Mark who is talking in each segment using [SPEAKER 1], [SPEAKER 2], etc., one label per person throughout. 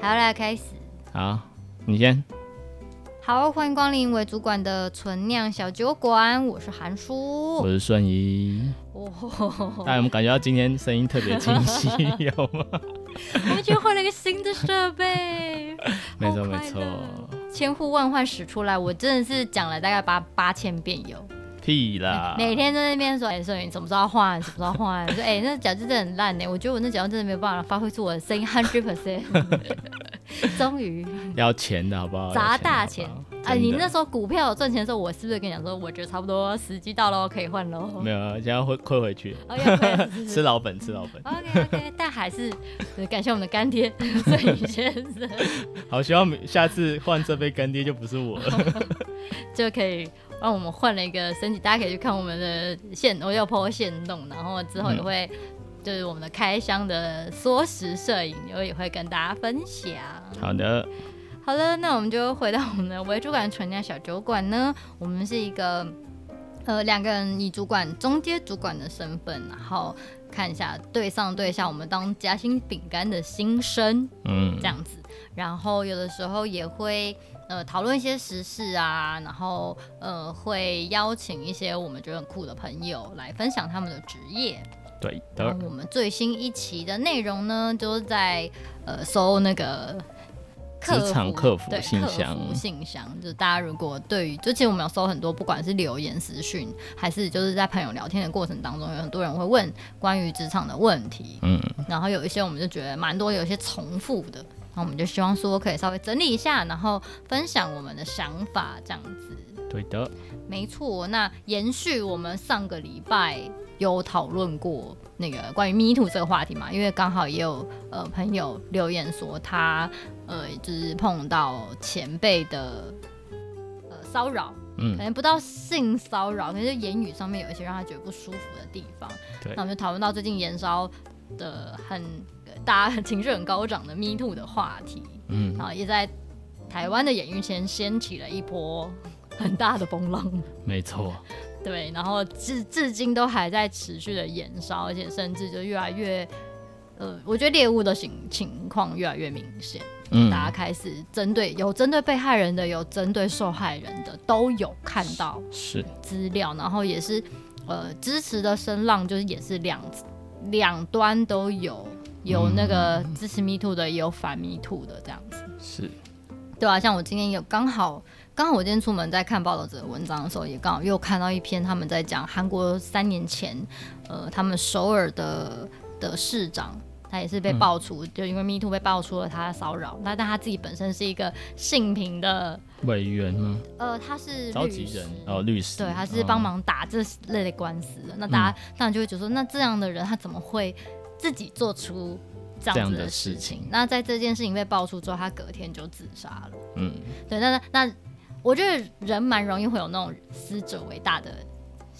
[SPEAKER 1] 好啦，开始。
[SPEAKER 2] 好，你先。
[SPEAKER 1] 好，欢迎光临为主管的纯酿小酒馆，我是韩
[SPEAKER 2] 我
[SPEAKER 1] 叔。
[SPEAKER 2] 是顺仪。
[SPEAKER 1] 哦，
[SPEAKER 2] 但我们感觉到今天声音特别清 晰，有吗？
[SPEAKER 1] 我们居然换了一个新的设 备，
[SPEAKER 2] 没错
[SPEAKER 1] 好
[SPEAKER 2] 没
[SPEAKER 1] 快
[SPEAKER 2] 错，
[SPEAKER 1] 乐千呼万唤始出来，我真的是讲了大概八八千遍有。
[SPEAKER 2] 屁啦！
[SPEAKER 1] 每天在那边说：“哎、所以你什么时候要换？什么时候要换？”我说：“哎、那脚真的很烂呢、我觉得我那脚真的没有办法发挥出我的声音 hundred percent。终于
[SPEAKER 2] 要钱的好不好？
[SPEAKER 1] 砸
[SPEAKER 2] 要
[SPEAKER 1] 大钱
[SPEAKER 2] 钱的好不好
[SPEAKER 1] 啊！你那
[SPEAKER 2] 真的
[SPEAKER 1] 时候股票赚钱的时候，我是不是跟你讲说，我觉得差不多时机到喽，可以换喽
[SPEAKER 2] 没？有啊，现在会亏回去，
[SPEAKER 1] 哦，要亏 了是不
[SPEAKER 2] 吃
[SPEAKER 1] 是
[SPEAKER 2] 老本吃老 本。
[SPEAKER 1] OK OK，但还是呃感谢我们的干爹孙 宇先生，
[SPEAKER 2] 好，希望每下次换这杯干爹就不 是我了。
[SPEAKER 1] 就可以帮我们换了一个升级。大家可以去看我们的线，我有 PO 线动，然后之后也
[SPEAKER 2] 嗯
[SPEAKER 1] 会、就是我们的开箱的缩时摄影，我也会跟大家分享。
[SPEAKER 2] 好的，
[SPEAKER 1] 好了，那我们就回到我们的为主管纯酿小酒馆呢。我们是一个呃两个人以主管中阶主管的身份，然后看一下对上对下我们当夹心饼干的心声。
[SPEAKER 2] 嗯
[SPEAKER 1] 这，样子。然后有的时候也会呃讨论一些时事啊，然后呃会邀请一些我们觉得很酷的朋友来分享他们的职业。
[SPEAKER 2] 对
[SPEAKER 1] 然
[SPEAKER 2] 的
[SPEAKER 1] 后，我们最新一期的内容呢，就是在呃搜那个。
[SPEAKER 2] 职场客服
[SPEAKER 1] 对
[SPEAKER 2] 信
[SPEAKER 1] 客服
[SPEAKER 2] 箱
[SPEAKER 1] 信箱，就是大家如果对于，就其实我们有搜很多，不管是留言、私讯，还是就是在朋友聊天的过程当中，有很多人会问关于职场的问题，
[SPEAKER 2] 嗯，
[SPEAKER 1] 然后有一些我们就觉得蛮多有一些重复的，然后我们就希望说可以稍微整理一下，然后分享我们的想法这样子。
[SPEAKER 2] 对的，
[SPEAKER 1] 没错，那延续我们上个礼拜有讨论过那个关于 Me Too 这个话题嘛，因为刚好也有呃朋友留言说他呃就是碰到前辈的呃骚扰，可
[SPEAKER 2] 嗯，
[SPEAKER 1] 能不到性骚扰，可能就言语上面有一些让他觉得不舒服的地方。
[SPEAKER 2] 对
[SPEAKER 1] 那我们就讨论到最近延烧的很呃大家情绪很高涨的 Me Too 的话题，
[SPEAKER 2] 嗯
[SPEAKER 1] 然后也在台湾的演艺圈掀起了一波很大的风浪。
[SPEAKER 2] 没错，
[SPEAKER 1] 对，然后至至今都还在持续的延烧，而且甚至就越来越。呃，我觉得猎物的情情况越来越明显，
[SPEAKER 2] 嗯，
[SPEAKER 1] 大家开始针对有针对被害人的，有针对受害人的，都有看到。
[SPEAKER 2] 是，
[SPEAKER 1] 资料，然后也是呃支持的声浪，就是也是两两端都有，有那个支持 Me Too 的，也有反 Me Too 的这样子，
[SPEAKER 2] 是，
[SPEAKER 1] 对啊，像我今天有刚好，刚好我今天出门在看报道者的文章的时候，也刚好又看到一篇他们在讲韩国三年前，呃，他们首尔的的市长。他也是被爆出，
[SPEAKER 2] 嗯
[SPEAKER 1] 就因为 Me Too 被爆出了他骚扰，那但他自己本身是一个性平的，
[SPEAKER 2] 委员吗？
[SPEAKER 1] 呃，他是
[SPEAKER 2] 召
[SPEAKER 1] 律
[SPEAKER 2] 集人
[SPEAKER 1] 师
[SPEAKER 2] 哦，律师，
[SPEAKER 1] 对，他是帮忙打这类的官司的。那大家
[SPEAKER 2] 哦
[SPEAKER 1] 当然就会觉得说，那这样的人他怎么会自己做出这
[SPEAKER 2] 这
[SPEAKER 1] 样
[SPEAKER 2] 样
[SPEAKER 1] 子
[SPEAKER 2] 的
[SPEAKER 1] 的
[SPEAKER 2] 事
[SPEAKER 1] 事
[SPEAKER 2] 情
[SPEAKER 1] 情？那在这件事情被爆出之后，他隔天就自杀了。
[SPEAKER 2] 哦，嗯，
[SPEAKER 1] 对，那那那我觉得人蛮容易会有那种死者为大的。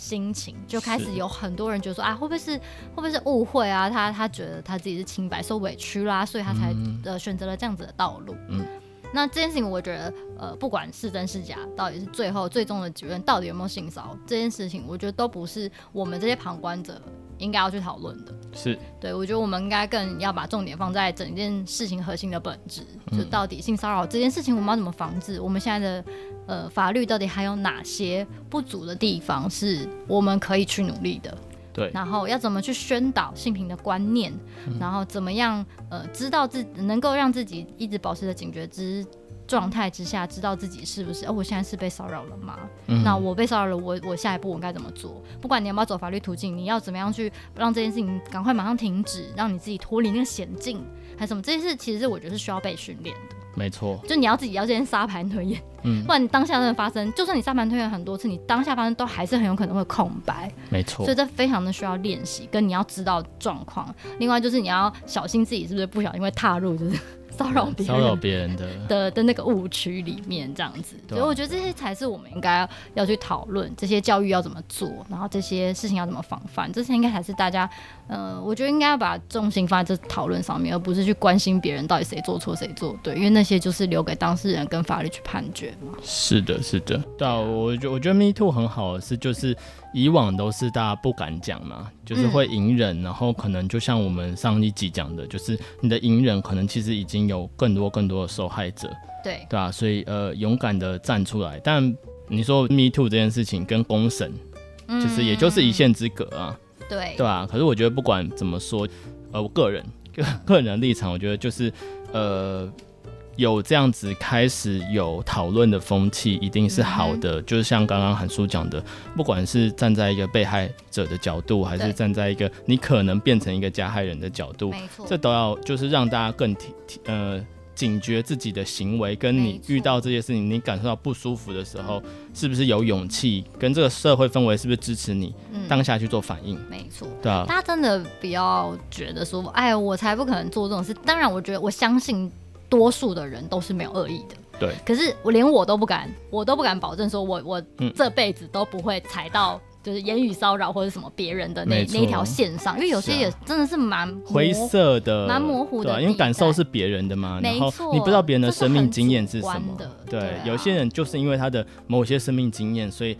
[SPEAKER 1] 心情就开始
[SPEAKER 2] 是
[SPEAKER 1] 有很多人觉得说啊，会不会是会不会是误会啊？他他觉得他自己是清白，受委屈啦，所以他才、
[SPEAKER 2] 嗯
[SPEAKER 1] 呃选择了这样子的道路。
[SPEAKER 2] 嗯，
[SPEAKER 1] 那这件事情我觉得呃，不管是真是假，到底是最后最终的结论到底有没有性骚扰这件事情，我觉得都不是我们这些旁观者应该要去讨论的。
[SPEAKER 2] 是，
[SPEAKER 1] 对，我觉得我们应该更要把重点放在整件事情核心的本质，就到底性骚扰这件事情我们要怎么防治？我们现在的呃法律到底还有哪些不足的地方是我们可以去努力的？
[SPEAKER 2] 对，
[SPEAKER 1] 然后要怎么去宣导性平的观念？然后怎么样呃知道自能够让自己一直保持着警觉之状态之下，知道自己是不是哦，我现在是被骚扰了吗？
[SPEAKER 2] 嗯
[SPEAKER 1] 那我被骚扰了，我我下一步我该怎么做？不管你要不要走法律途径，你要怎么样去让这件事情赶快马上停止，让你自己脱离那个险境，还是什么？这些事其实我觉得是需要被训练的，
[SPEAKER 2] 没错，
[SPEAKER 1] 就你要自己要先沙盘推演，
[SPEAKER 2] 嗯
[SPEAKER 1] 不然你当下真的发生，就算你沙盘推演很多次，你当下发生都还是很有可能会空白，
[SPEAKER 2] 没错
[SPEAKER 1] 所以，这非常的需要练习，跟你要知道状况。另外就是你要小心自己是不是不小心会踏入就是 骚扰别人
[SPEAKER 2] 骚扰别人的，
[SPEAKER 1] 的的那个误区里面，这样子。
[SPEAKER 2] 对
[SPEAKER 1] 所
[SPEAKER 2] 啊
[SPEAKER 1] 以我觉得这些才是我们应该要要去讨论，这些教育要怎么做，然后这些事情要怎么防范，这些应该才是大家，呃，我觉得应该要把重心放在这讨论上面，而不是去关心别人到底谁做错谁做对，因为那些就是留给当事人跟法律去判决嘛。
[SPEAKER 2] 是的，是的，对啊，我觉我觉得 Me Too 很好的是，就是以往都是大家不敢讲嘛，就是会隐忍，然后可能就像我们上一集讲的，就是你的隐忍可能其实已经有更多更多的受害者，
[SPEAKER 1] 对
[SPEAKER 2] 对啊，所以呃，勇敢的站出来。但你说 Me Too 这件事情跟公审，
[SPEAKER 1] 嗯
[SPEAKER 2] 就是也就是一线之隔啊，
[SPEAKER 1] 对
[SPEAKER 2] 对啊。可是我觉得不管怎么说，呃，我个人个人的立场，我觉得就是呃，有这样子开始有讨论的风气，一定是
[SPEAKER 1] 嗯
[SPEAKER 2] 好的。就是像刚刚韩叔讲的，不管是站在一个被害者的角度，还是
[SPEAKER 1] 对
[SPEAKER 2] 站在一个你可能变成一个加害人的角度，
[SPEAKER 1] 没错，
[SPEAKER 2] 这都要就是让大家更提提呃警觉自己的行为，跟
[SPEAKER 1] 没
[SPEAKER 2] 你
[SPEAKER 1] 错
[SPEAKER 2] 遇到这些事情，你感受到不舒服的时候，是不是有勇气，跟这个社会氛围是不是支持你、
[SPEAKER 1] 嗯
[SPEAKER 2] 当下去做反应，
[SPEAKER 1] 没错。
[SPEAKER 2] 对啊，
[SPEAKER 1] 大家真的不要觉得说，哎，我才不可能做这种事。当然，我觉得我相信多数的人都是没有恶意的。
[SPEAKER 2] 对。
[SPEAKER 1] 可是我连我都不敢，我都不敢保证说我我
[SPEAKER 2] 嗯
[SPEAKER 1] 这辈子都不会踩到就是言语骚扰或者什么别人的那
[SPEAKER 2] 没错
[SPEAKER 1] 那一条线上，因为有些
[SPEAKER 2] 是啊
[SPEAKER 1] 也真的是蛮
[SPEAKER 2] 灰
[SPEAKER 1] 模糊
[SPEAKER 2] 色的，
[SPEAKER 1] 蛮模糊的
[SPEAKER 2] 对啊，因为
[SPEAKER 1] 地带
[SPEAKER 2] 感受是别人的嘛，然
[SPEAKER 1] 没
[SPEAKER 2] 后
[SPEAKER 1] 错
[SPEAKER 2] 你不知道别人的
[SPEAKER 1] 这是
[SPEAKER 2] 生命
[SPEAKER 1] 很
[SPEAKER 2] 经验
[SPEAKER 1] 主
[SPEAKER 2] 是什
[SPEAKER 1] 观
[SPEAKER 2] 么
[SPEAKER 1] 的，
[SPEAKER 2] 对，
[SPEAKER 1] 对啊
[SPEAKER 2] 有些人就是因为他的某些生命经验，所以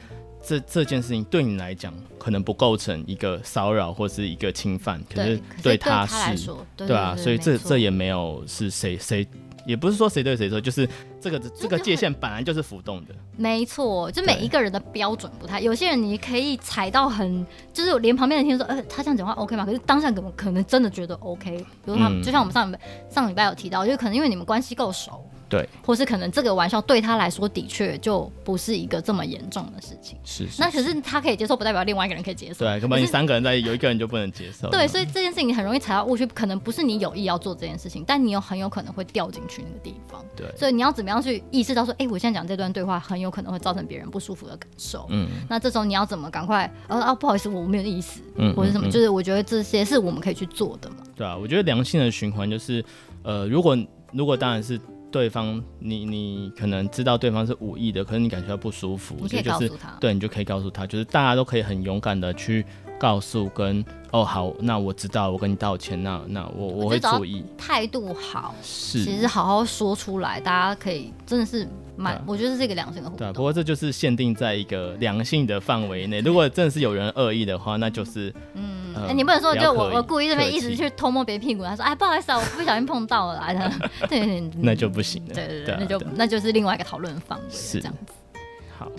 [SPEAKER 2] 这这件事情对你来讲可能不构成一个骚扰或是一个侵犯，可
[SPEAKER 1] 对
[SPEAKER 2] 是，
[SPEAKER 1] 可是对
[SPEAKER 2] 对他
[SPEAKER 1] 来
[SPEAKER 2] 是，
[SPEAKER 1] 说，对
[SPEAKER 2] 对啊，所以这这
[SPEAKER 1] 也
[SPEAKER 2] 也没有是谁谁，也不是说谁对谁错，就是这个这
[SPEAKER 1] 就
[SPEAKER 2] 个
[SPEAKER 1] 很
[SPEAKER 2] 界限本来就是浮动的，
[SPEAKER 1] 没错，就每
[SPEAKER 2] 对
[SPEAKER 1] 一个人的标准不太，有些人你可以踩到很，就是连旁边的人听说，呃，他这样讲话 OK 吗？可是当下可能可能真的觉得 OK，比如他们、
[SPEAKER 2] 嗯
[SPEAKER 1] 就像我们上礼拜上礼拜有提到，就可能因为你们关系够熟，
[SPEAKER 2] 对，
[SPEAKER 1] 或是可能这个玩笑对他来说的确就不是一个这么严重的事情。
[SPEAKER 2] 是
[SPEAKER 1] 那可是他可以接受，不代表另外一个人可以接受。
[SPEAKER 2] 对，可能你三个人在有一个人就不能接受，
[SPEAKER 1] 对，
[SPEAKER 2] 这
[SPEAKER 1] 所以这件事情你很容易踩到误区，可能不是你有意要做这件事情，但你有很有可能会掉进去那个地方。
[SPEAKER 2] 样对，
[SPEAKER 1] 所以你要怎么样去意识到说，哎、我现在讲这段对话很有可能会造成别人不舒服的感受。
[SPEAKER 2] 嗯，
[SPEAKER 1] 那这时候你要怎么赶快？呃啊，不好意思，我没有意思，
[SPEAKER 2] 嗯
[SPEAKER 1] 或者什么，
[SPEAKER 2] 嗯嗯
[SPEAKER 1] 就是我觉得这些是我们可以去做的嘛。
[SPEAKER 2] 对啊，我觉得良性的循环就是，呃，如果如果当然是对方，你你可能知道对方是无意的，可是你感觉到不舒服，
[SPEAKER 1] 你可以
[SPEAKER 2] 这就
[SPEAKER 1] 告
[SPEAKER 2] 是
[SPEAKER 1] 诉他，
[SPEAKER 2] 对你就可以告诉他，就是大家都可以很勇敢的去告诉跟哦好，那我知道，我跟你道歉，那那我我
[SPEAKER 1] 我
[SPEAKER 2] 会
[SPEAKER 1] 觉得只要
[SPEAKER 2] 注意，
[SPEAKER 1] 态度好，其
[SPEAKER 2] 是
[SPEAKER 1] 实好好说出来，大家可以真的是蛮，
[SPEAKER 2] 对啊
[SPEAKER 1] 我觉得这是一个良性的互
[SPEAKER 2] 对啊，不
[SPEAKER 1] 动。
[SPEAKER 2] 过这就是限定在一个良性的范围内，如果真的是有人恶意的话，那就是嗯，
[SPEAKER 1] 哎、你不能说
[SPEAKER 2] 比
[SPEAKER 1] 就
[SPEAKER 2] 较
[SPEAKER 1] 我
[SPEAKER 2] 刻意
[SPEAKER 1] 我故意这边一直，
[SPEAKER 2] 客气
[SPEAKER 1] 去偷摸别人屁股，他说哎不好意思啊，我不小心碰到了啊， 这样对对对
[SPEAKER 2] 那就不行了，
[SPEAKER 1] 对对
[SPEAKER 2] 对
[SPEAKER 1] 对，
[SPEAKER 2] 啊
[SPEAKER 1] 那就
[SPEAKER 2] 对啊
[SPEAKER 1] 那就是另外一个讨论范围
[SPEAKER 2] 是
[SPEAKER 1] 这样子。
[SPEAKER 2] 好。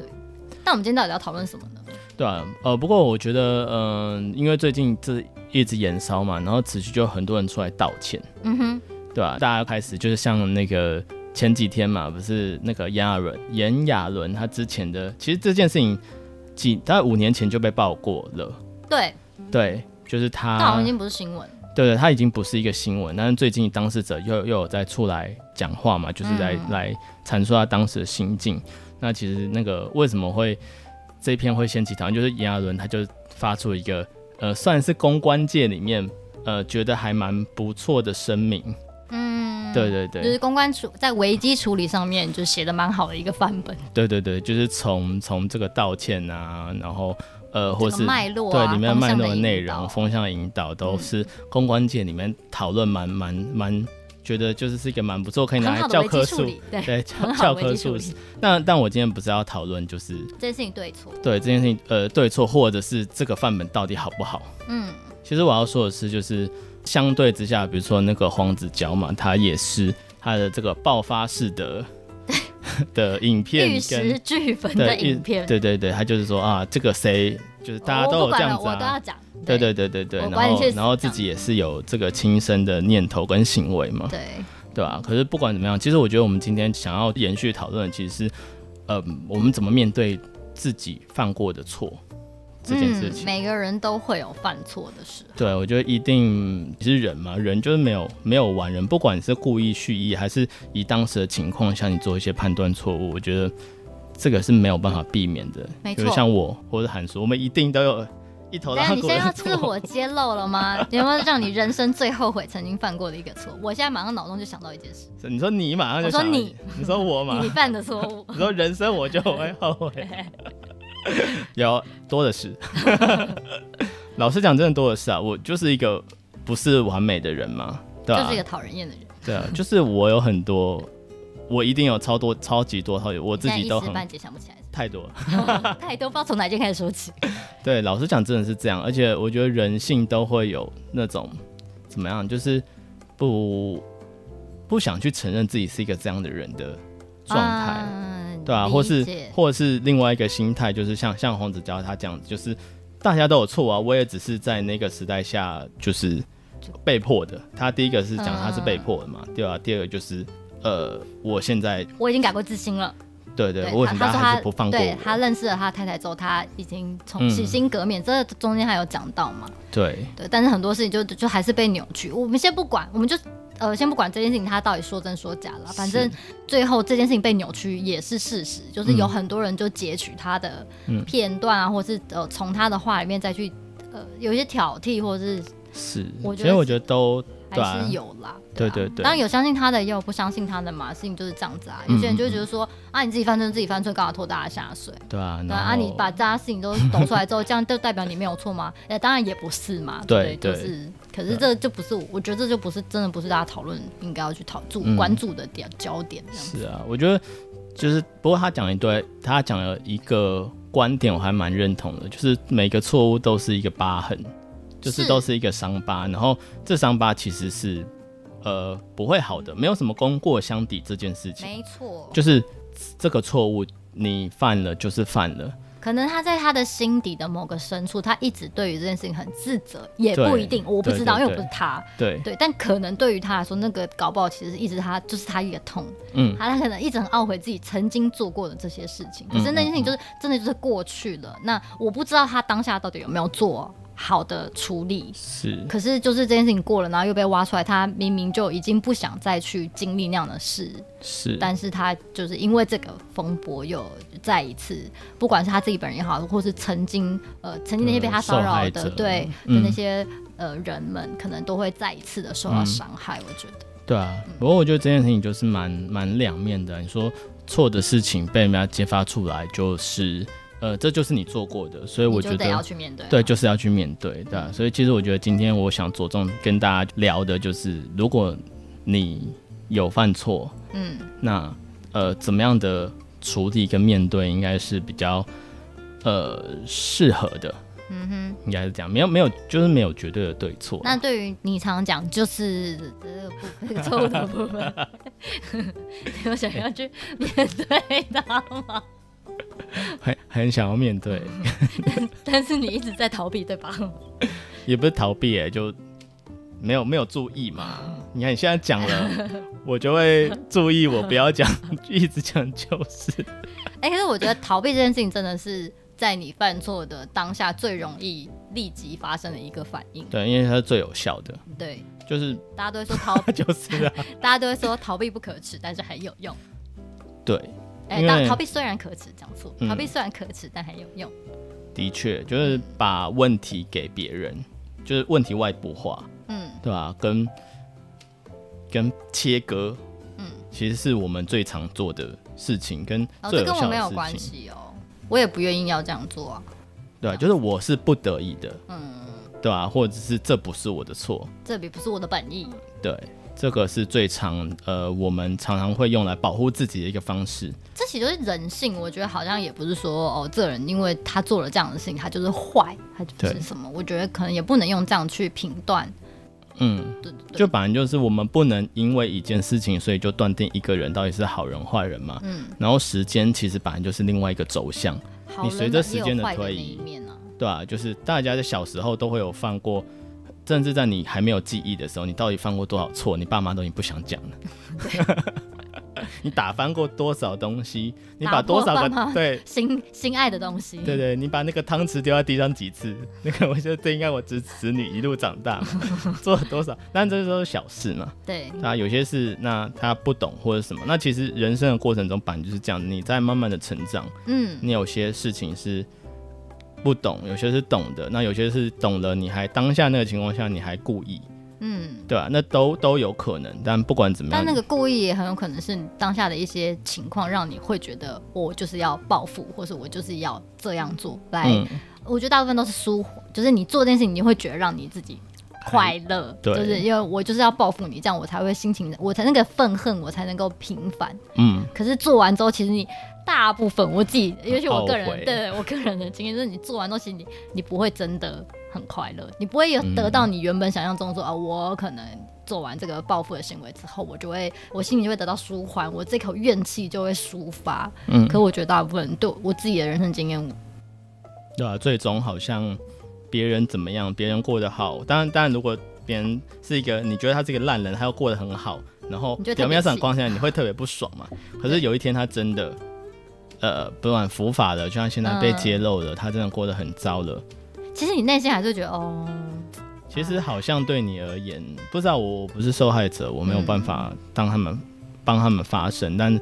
[SPEAKER 1] 那我们今天到底要讨论什么呢？
[SPEAKER 2] 对啊，呃，不过我觉得，嗯、因为最近这一直延烧嘛，然后持续就有很多人出来道歉，
[SPEAKER 1] 嗯哼，
[SPEAKER 2] 对吧、大家开始就是像那个前几天嘛，不是那个炎亚纶，炎亚纶他之前的，其实这件事情几大概五年前就被爆过了，
[SPEAKER 1] 对，
[SPEAKER 2] 对，就是他，
[SPEAKER 1] 但好像已经不是新闻。
[SPEAKER 2] 对对，它已经不是一个新闻，但是最近当事者又又有在出来讲话嘛，就是来、
[SPEAKER 1] 嗯
[SPEAKER 2] 来阐述他当时的心境。那其实那个为什么会这一篇会掀起讨论，就是炎亚纶他就发出一个呃，算是公关界里面呃觉得还蛮不错的声明。嗯，对对对，
[SPEAKER 1] 就是公关处在危机处理上面就写的蛮好的一个范本，
[SPEAKER 2] 对对对，就是从从这个道歉啊，然后呃，或
[SPEAKER 1] 这
[SPEAKER 2] 是
[SPEAKER 1] 个脉络
[SPEAKER 2] 对
[SPEAKER 1] 啊，
[SPEAKER 2] 里面脉络
[SPEAKER 1] 的嗯
[SPEAKER 2] 的内容、
[SPEAKER 1] 风
[SPEAKER 2] 风向的引导，都是公关界里面讨论蛮蛮蛮，觉得就是是一个蛮不错可以
[SPEAKER 1] 很
[SPEAKER 2] 拿来
[SPEAKER 1] 好的
[SPEAKER 2] 教
[SPEAKER 1] 危
[SPEAKER 2] 科
[SPEAKER 1] 机处
[SPEAKER 2] 书，
[SPEAKER 1] 理，对，
[SPEAKER 2] 对教
[SPEAKER 1] 很好
[SPEAKER 2] 教
[SPEAKER 1] 的危
[SPEAKER 2] 科
[SPEAKER 1] 机处
[SPEAKER 2] 书
[SPEAKER 1] 理。
[SPEAKER 2] 但但我今天不是要讨论就是
[SPEAKER 1] 这件事情对错，
[SPEAKER 2] 对这件事情呃对错，或者是这个范本到底好不好？
[SPEAKER 1] 嗯，
[SPEAKER 2] 其实我要说的是，就是相对之下，比如说那个黄子佼嘛，他也是他的这个爆发式的 的影片
[SPEAKER 1] 玉
[SPEAKER 2] 跟
[SPEAKER 1] 石俱焚
[SPEAKER 2] 对
[SPEAKER 1] 的影片，哦
[SPEAKER 2] 对对对，他就是说啊，这个谁就是大家
[SPEAKER 1] 我
[SPEAKER 2] 都有
[SPEAKER 1] 不
[SPEAKER 2] 这
[SPEAKER 1] 管
[SPEAKER 2] 样
[SPEAKER 1] 了，
[SPEAKER 2] 子
[SPEAKER 1] 我都要
[SPEAKER 2] 啊，
[SPEAKER 1] 讲，
[SPEAKER 2] 对对对对对，
[SPEAKER 1] 我
[SPEAKER 2] 然
[SPEAKER 1] 管你
[SPEAKER 2] 后
[SPEAKER 1] 去死
[SPEAKER 2] 然后自己也是有这个轻生的念头跟行为嘛，
[SPEAKER 1] 对，
[SPEAKER 2] 对吧、可是不管怎么样，其实我觉得我们今天想要延续讨论，的其实是，呃，我们怎么面对自己犯过的错这件事情。
[SPEAKER 1] 嗯每个人都会有犯错的时候，
[SPEAKER 2] 对，我觉得一定是人嘛，人就是没有没有完人，不管你是故意蓄意，还是以当时的情况下你做一些判断错误，我觉得这个是没有办法避免的。
[SPEAKER 1] 没
[SPEAKER 2] 就是
[SPEAKER 1] 错
[SPEAKER 2] 像我或者韩叔，我们一定都有一头
[SPEAKER 1] 但
[SPEAKER 2] 拉
[SPEAKER 1] 你
[SPEAKER 2] 骨
[SPEAKER 1] 现在要
[SPEAKER 2] 的
[SPEAKER 1] 自
[SPEAKER 2] 错。
[SPEAKER 1] 我揭露了吗？有没有让你人生最后悔曾经犯过的一个错？我现在马上脑中就想到一件事，
[SPEAKER 2] 你说你马上就
[SPEAKER 1] 我说
[SPEAKER 2] 想到
[SPEAKER 1] 你，
[SPEAKER 2] 你说我嘛
[SPEAKER 1] 你，犯的错误，
[SPEAKER 2] 你说人生我就会后 悔，有多的是。 老实讲，真的多的是啊，我就是一个不是完美的人嘛， 对啊吧、
[SPEAKER 1] 就是一个讨人厌的人，
[SPEAKER 2] 对啊，就是我有很多，我一定有超多、超级多、超级，我
[SPEAKER 1] 我
[SPEAKER 2] 自己都
[SPEAKER 1] 一时
[SPEAKER 2] 很
[SPEAKER 1] 半解想不起来。
[SPEAKER 2] 太多了。
[SPEAKER 1] 太多，不知道从哪一件开始说起。
[SPEAKER 2] 对，老实讲，真的是这样。而且我觉得人性都会有那种怎么样，就是不不想去承认自己是一个这样的人的 状态，
[SPEAKER 1] 嗯
[SPEAKER 2] 对啊，
[SPEAKER 1] 理
[SPEAKER 2] 或是
[SPEAKER 1] 解
[SPEAKER 2] 或者是另外一个心态，就是像像黄子佼他这样子，就是大家都有错啊，我也只是在那个时代下就是被迫的。他第一个是讲他是被迫的嘛，对啊，第二个就是呃，我现在
[SPEAKER 1] 我已经改过自新了。
[SPEAKER 2] 对对，
[SPEAKER 1] 对
[SPEAKER 2] 我
[SPEAKER 1] 他
[SPEAKER 2] 很
[SPEAKER 1] 他
[SPEAKER 2] 大
[SPEAKER 1] 说
[SPEAKER 2] 还
[SPEAKER 1] 他
[SPEAKER 2] 是不放过
[SPEAKER 1] 对他
[SPEAKER 2] 我，
[SPEAKER 1] 认识了他太太之后，他已经从
[SPEAKER 2] 嗯
[SPEAKER 1] 洗心革面，这中间还有讲到嘛？
[SPEAKER 2] 对
[SPEAKER 1] 对，但是很多事情就就还是被扭曲。我们先不管，我们就呃先不管这件事情他到底说真说假了，反正
[SPEAKER 2] 是
[SPEAKER 1] 最后这件事情被扭曲也是事实，就是有很多人就截取他的
[SPEAKER 2] 嗯
[SPEAKER 1] 片段啊，或是呃从他的话里面再去呃有一些挑剔，或是
[SPEAKER 2] 是
[SPEAKER 1] 我，觉
[SPEAKER 2] 其实
[SPEAKER 1] 得
[SPEAKER 2] 我
[SPEAKER 1] 是
[SPEAKER 2] 觉得都对
[SPEAKER 1] 还
[SPEAKER 2] 啊
[SPEAKER 1] 是有啦。啊
[SPEAKER 2] 对对对
[SPEAKER 1] 当然有相信他的，也有不相信他的嘛，事情就是这样子啊。有些人就会觉得
[SPEAKER 2] 嗯
[SPEAKER 1] 说啊，你自己犯错自己犯错，干嘛拖大家下水？
[SPEAKER 2] 对啊，
[SPEAKER 1] 对
[SPEAKER 2] 然
[SPEAKER 1] 啊，你
[SPEAKER 2] 后
[SPEAKER 1] 把大家事情 都抖出来之后，这样就代表你没有错吗？呃，当然也不是嘛，
[SPEAKER 2] 对
[SPEAKER 1] 不对，
[SPEAKER 2] 对
[SPEAKER 1] 就是，可是这就不是，我觉得这就不是真的不是大家讨论应该要去讨注
[SPEAKER 2] 嗯
[SPEAKER 1] 关注的点焦点这样子。
[SPEAKER 2] 是啊，我觉得就是，不过他讲一堆，他讲了一个观点，我还蛮认同的，就是每个错误都是一个疤痕，就是
[SPEAKER 1] 是
[SPEAKER 2] 都是一个伤疤，然后这伤疤其实是呃不会好的，没有什么功过相抵这件事情，
[SPEAKER 1] 没错，
[SPEAKER 2] 就是这个错误你犯了就是犯了，
[SPEAKER 1] 可能他在他的心底的某个深处，他一直对于这件事情很自责，也不
[SPEAKER 2] 对
[SPEAKER 1] 一定，我不
[SPEAKER 2] 对
[SPEAKER 1] 知道，
[SPEAKER 2] 对
[SPEAKER 1] 因为我不是
[SPEAKER 2] 对
[SPEAKER 1] 他。
[SPEAKER 2] 对，
[SPEAKER 1] 对，但可能对于他来说，那个搞不好其实一直他就是他一个痛，
[SPEAKER 2] 嗯
[SPEAKER 1] 他他可能一直很懊悔自己曾经做过的这些事情，
[SPEAKER 2] 嗯
[SPEAKER 1] 可是那件事情就是、真的就是过去了。那我不知道他当下到底有没有做好的处理，
[SPEAKER 2] 是
[SPEAKER 1] 可是就是这件事情过了，然后又被挖出来，他明明就已经不想再去经历那样的事，
[SPEAKER 2] 是，
[SPEAKER 1] 但是他就是因为这个风波又再一次，不管是他自己本人也好，或是曾经呃曾经那些被他骚
[SPEAKER 2] 受
[SPEAKER 1] 扰
[SPEAKER 2] 害
[SPEAKER 1] 的
[SPEAKER 2] 者
[SPEAKER 1] 对的
[SPEAKER 2] 嗯
[SPEAKER 1] 那些呃人们，可能都会再一次的受到伤害。我觉得
[SPEAKER 2] 对啊，
[SPEAKER 1] 嗯
[SPEAKER 2] 不过我觉得这件事情就是蛮蛮两面的。你说错的事情被人家揭发出来，就是呃，这就是你做过的，所以
[SPEAKER 1] 你
[SPEAKER 2] 我
[SPEAKER 1] 就
[SPEAKER 2] 觉
[SPEAKER 1] 得要
[SPEAKER 2] 得
[SPEAKER 1] 去面对啊，
[SPEAKER 2] 对，就是要去面对，对啊。所以其实我觉得今天我想着重跟大家聊的就是，如果你有犯错，
[SPEAKER 1] 嗯。
[SPEAKER 2] 那呃，怎么样的处理跟面对应该是比较呃适合的。嗯哼，应该是这样，没有没有，就是没有绝对的对错。
[SPEAKER 1] 那对于你常讲就是这个部分错误的部分， 你有想要去面对它吗？
[SPEAKER 2] 很很想要面对。
[SPEAKER 1] 但是你一直在逃避，对吧？
[SPEAKER 2] 也不是逃避、欸，就没有没有注意嘛。你看你现在讲了，我就会注意，我不要讲， 一直讲就是。
[SPEAKER 1] 哎、可是我觉得逃避这件事情真的是在你犯错的当下最容易立即发生的一个反应。
[SPEAKER 2] 对，因为它是最有效的，
[SPEAKER 1] 对，
[SPEAKER 2] 就是
[SPEAKER 1] 大家都会说逃，
[SPEAKER 2] 就是啊，
[SPEAKER 1] 大家都会说逃避不可耻，但是很有用。
[SPEAKER 2] 对，
[SPEAKER 1] 哎、
[SPEAKER 2] 因为
[SPEAKER 1] 当逃避虽然可耻，讲错，
[SPEAKER 2] 嗯
[SPEAKER 1] 逃避虽然可耻，但很有用。
[SPEAKER 2] 的确就是把问题给别人，就是问题外部化，
[SPEAKER 1] 嗯，
[SPEAKER 2] 对吧、跟跟切割，
[SPEAKER 1] 嗯
[SPEAKER 2] 其实是我们最常做的事情，跟
[SPEAKER 1] 然后
[SPEAKER 2] 最
[SPEAKER 1] 这
[SPEAKER 2] 有
[SPEAKER 1] 跟我
[SPEAKER 2] 效
[SPEAKER 1] 没有
[SPEAKER 2] 的
[SPEAKER 1] 关
[SPEAKER 2] 事情，
[SPEAKER 1] 系哦，我也不愿意要这样做啊。
[SPEAKER 2] 对、啊，就是我是不得已的，
[SPEAKER 1] 嗯，
[SPEAKER 2] 对吧、或者是这不是我的错，
[SPEAKER 1] 这并不是我的本意。
[SPEAKER 2] 对，这个是最常呃我们常常会用来保护自己的一个方式。
[SPEAKER 1] 这其实就是人性，我觉得好像也不是说哦，这人因为他做了这样的事情，他就是坏，他就不是
[SPEAKER 2] 对
[SPEAKER 1] 什么。我觉得可能也不能用这样去评断，
[SPEAKER 2] 嗯，
[SPEAKER 1] 对对对，
[SPEAKER 2] 就反正就是我们不能因为一件事情，所以就断定一个人到底是好人坏人嘛。
[SPEAKER 1] 嗯，
[SPEAKER 2] 然后时间其实本来就是另外一个走向，
[SPEAKER 1] 好
[SPEAKER 2] 你
[SPEAKER 1] 人
[SPEAKER 2] 随着时间
[SPEAKER 1] 也有
[SPEAKER 2] 的
[SPEAKER 1] 坏的
[SPEAKER 2] 推
[SPEAKER 1] 那
[SPEAKER 2] 移
[SPEAKER 1] 一面啊，
[SPEAKER 2] 对吧、就是大家在小时候都会有犯过，甚至在你还没有记忆的时候，你到底犯过多少错，你爸妈都已经不想讲了。 你打翻过多少东西？你把
[SPEAKER 1] 打破
[SPEAKER 2] 多少
[SPEAKER 1] 爸妈
[SPEAKER 2] 个对
[SPEAKER 1] 心心爱的东西，
[SPEAKER 2] 对对，你把那个汤匙丢在地上几 次？那个我觉得这应该我侄子女一路长大嘛，做了多少？但这都是小事嘛。
[SPEAKER 1] 对
[SPEAKER 2] 那有些事，那他不懂或者什么，那其实人生的过程中，本来就是这样，你在慢慢的成长，
[SPEAKER 1] 嗯，
[SPEAKER 2] 你有些事情是不懂，有些是懂的，那有些是懂了，你还当下那个情况下你还故意，
[SPEAKER 1] 嗯。
[SPEAKER 2] 对吧、那都都有可能，但不管怎么
[SPEAKER 1] 但
[SPEAKER 2] 样，
[SPEAKER 1] 那个故意也很有可能是你当下的一些情况，让你会觉得我就是要报复，或是我就是要这样做来。
[SPEAKER 2] 嗯，
[SPEAKER 1] 我觉得大部分都是舒缓，就是你做这件事情，你会觉得让你自己快乐，
[SPEAKER 2] 对
[SPEAKER 1] 就是因为我就是要报复你，这样我才会心情，我才那个愤恨，我才能够平反。
[SPEAKER 2] 嗯，
[SPEAKER 1] 可是做完之后，其实你大部分我自己，尤其我个人
[SPEAKER 2] 懊悔，
[SPEAKER 1] 对我个人的经验，就是你做完之后，其实你
[SPEAKER 2] 嗯
[SPEAKER 1] 你不会真的很快乐，你不会有得到你原本想象中说、啊，我可能做完这个报复的行为之后，我就会我心里就会得到舒缓，我这口怨气就会抒发。
[SPEAKER 2] 嗯
[SPEAKER 1] 可我觉得大部分对我自己的人生经验，
[SPEAKER 2] 对啊，最终好像别人怎么样，别人过得好。当然，当然，如果别人是一个你觉得他是一个烂人，他又过得很好，然后
[SPEAKER 1] 你就特别
[SPEAKER 2] 表面上
[SPEAKER 1] 气
[SPEAKER 2] 光鲜，你会特别不爽 嘛。可是有一天他真的，呃，不管伏法了，就像现在被
[SPEAKER 1] 嗯
[SPEAKER 2] 揭露了，他真的过得很糟了。
[SPEAKER 1] 其实你内心还是觉得哦，
[SPEAKER 2] 其实好像对你而言，不知道我我不是受害者，我没有
[SPEAKER 1] 嗯
[SPEAKER 2] 办法当他们帮他们发声，但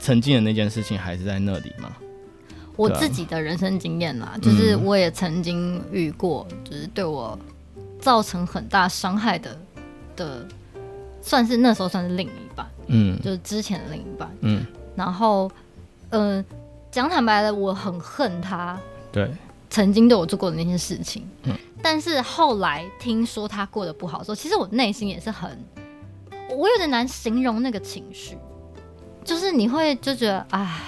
[SPEAKER 2] 曾经的那件事情还是在那里嘛。
[SPEAKER 1] 我
[SPEAKER 2] 对啊嗯
[SPEAKER 1] 自己的人生经验啦，就是我也曾经遇过，就是对我造成很大伤害的的，算是那时候算是另一半，
[SPEAKER 2] 嗯
[SPEAKER 1] 就是之前的另一半。
[SPEAKER 2] 嗯，
[SPEAKER 1] 然后，嗯、讲坦白的，我很恨他
[SPEAKER 2] 对，
[SPEAKER 1] 曾经对我做过的那些事情。
[SPEAKER 2] 嗯
[SPEAKER 1] 但是后来听说他过得不好的时候，其实我内心也是很，我有点难形容那个情绪，就是你会就觉得，哎，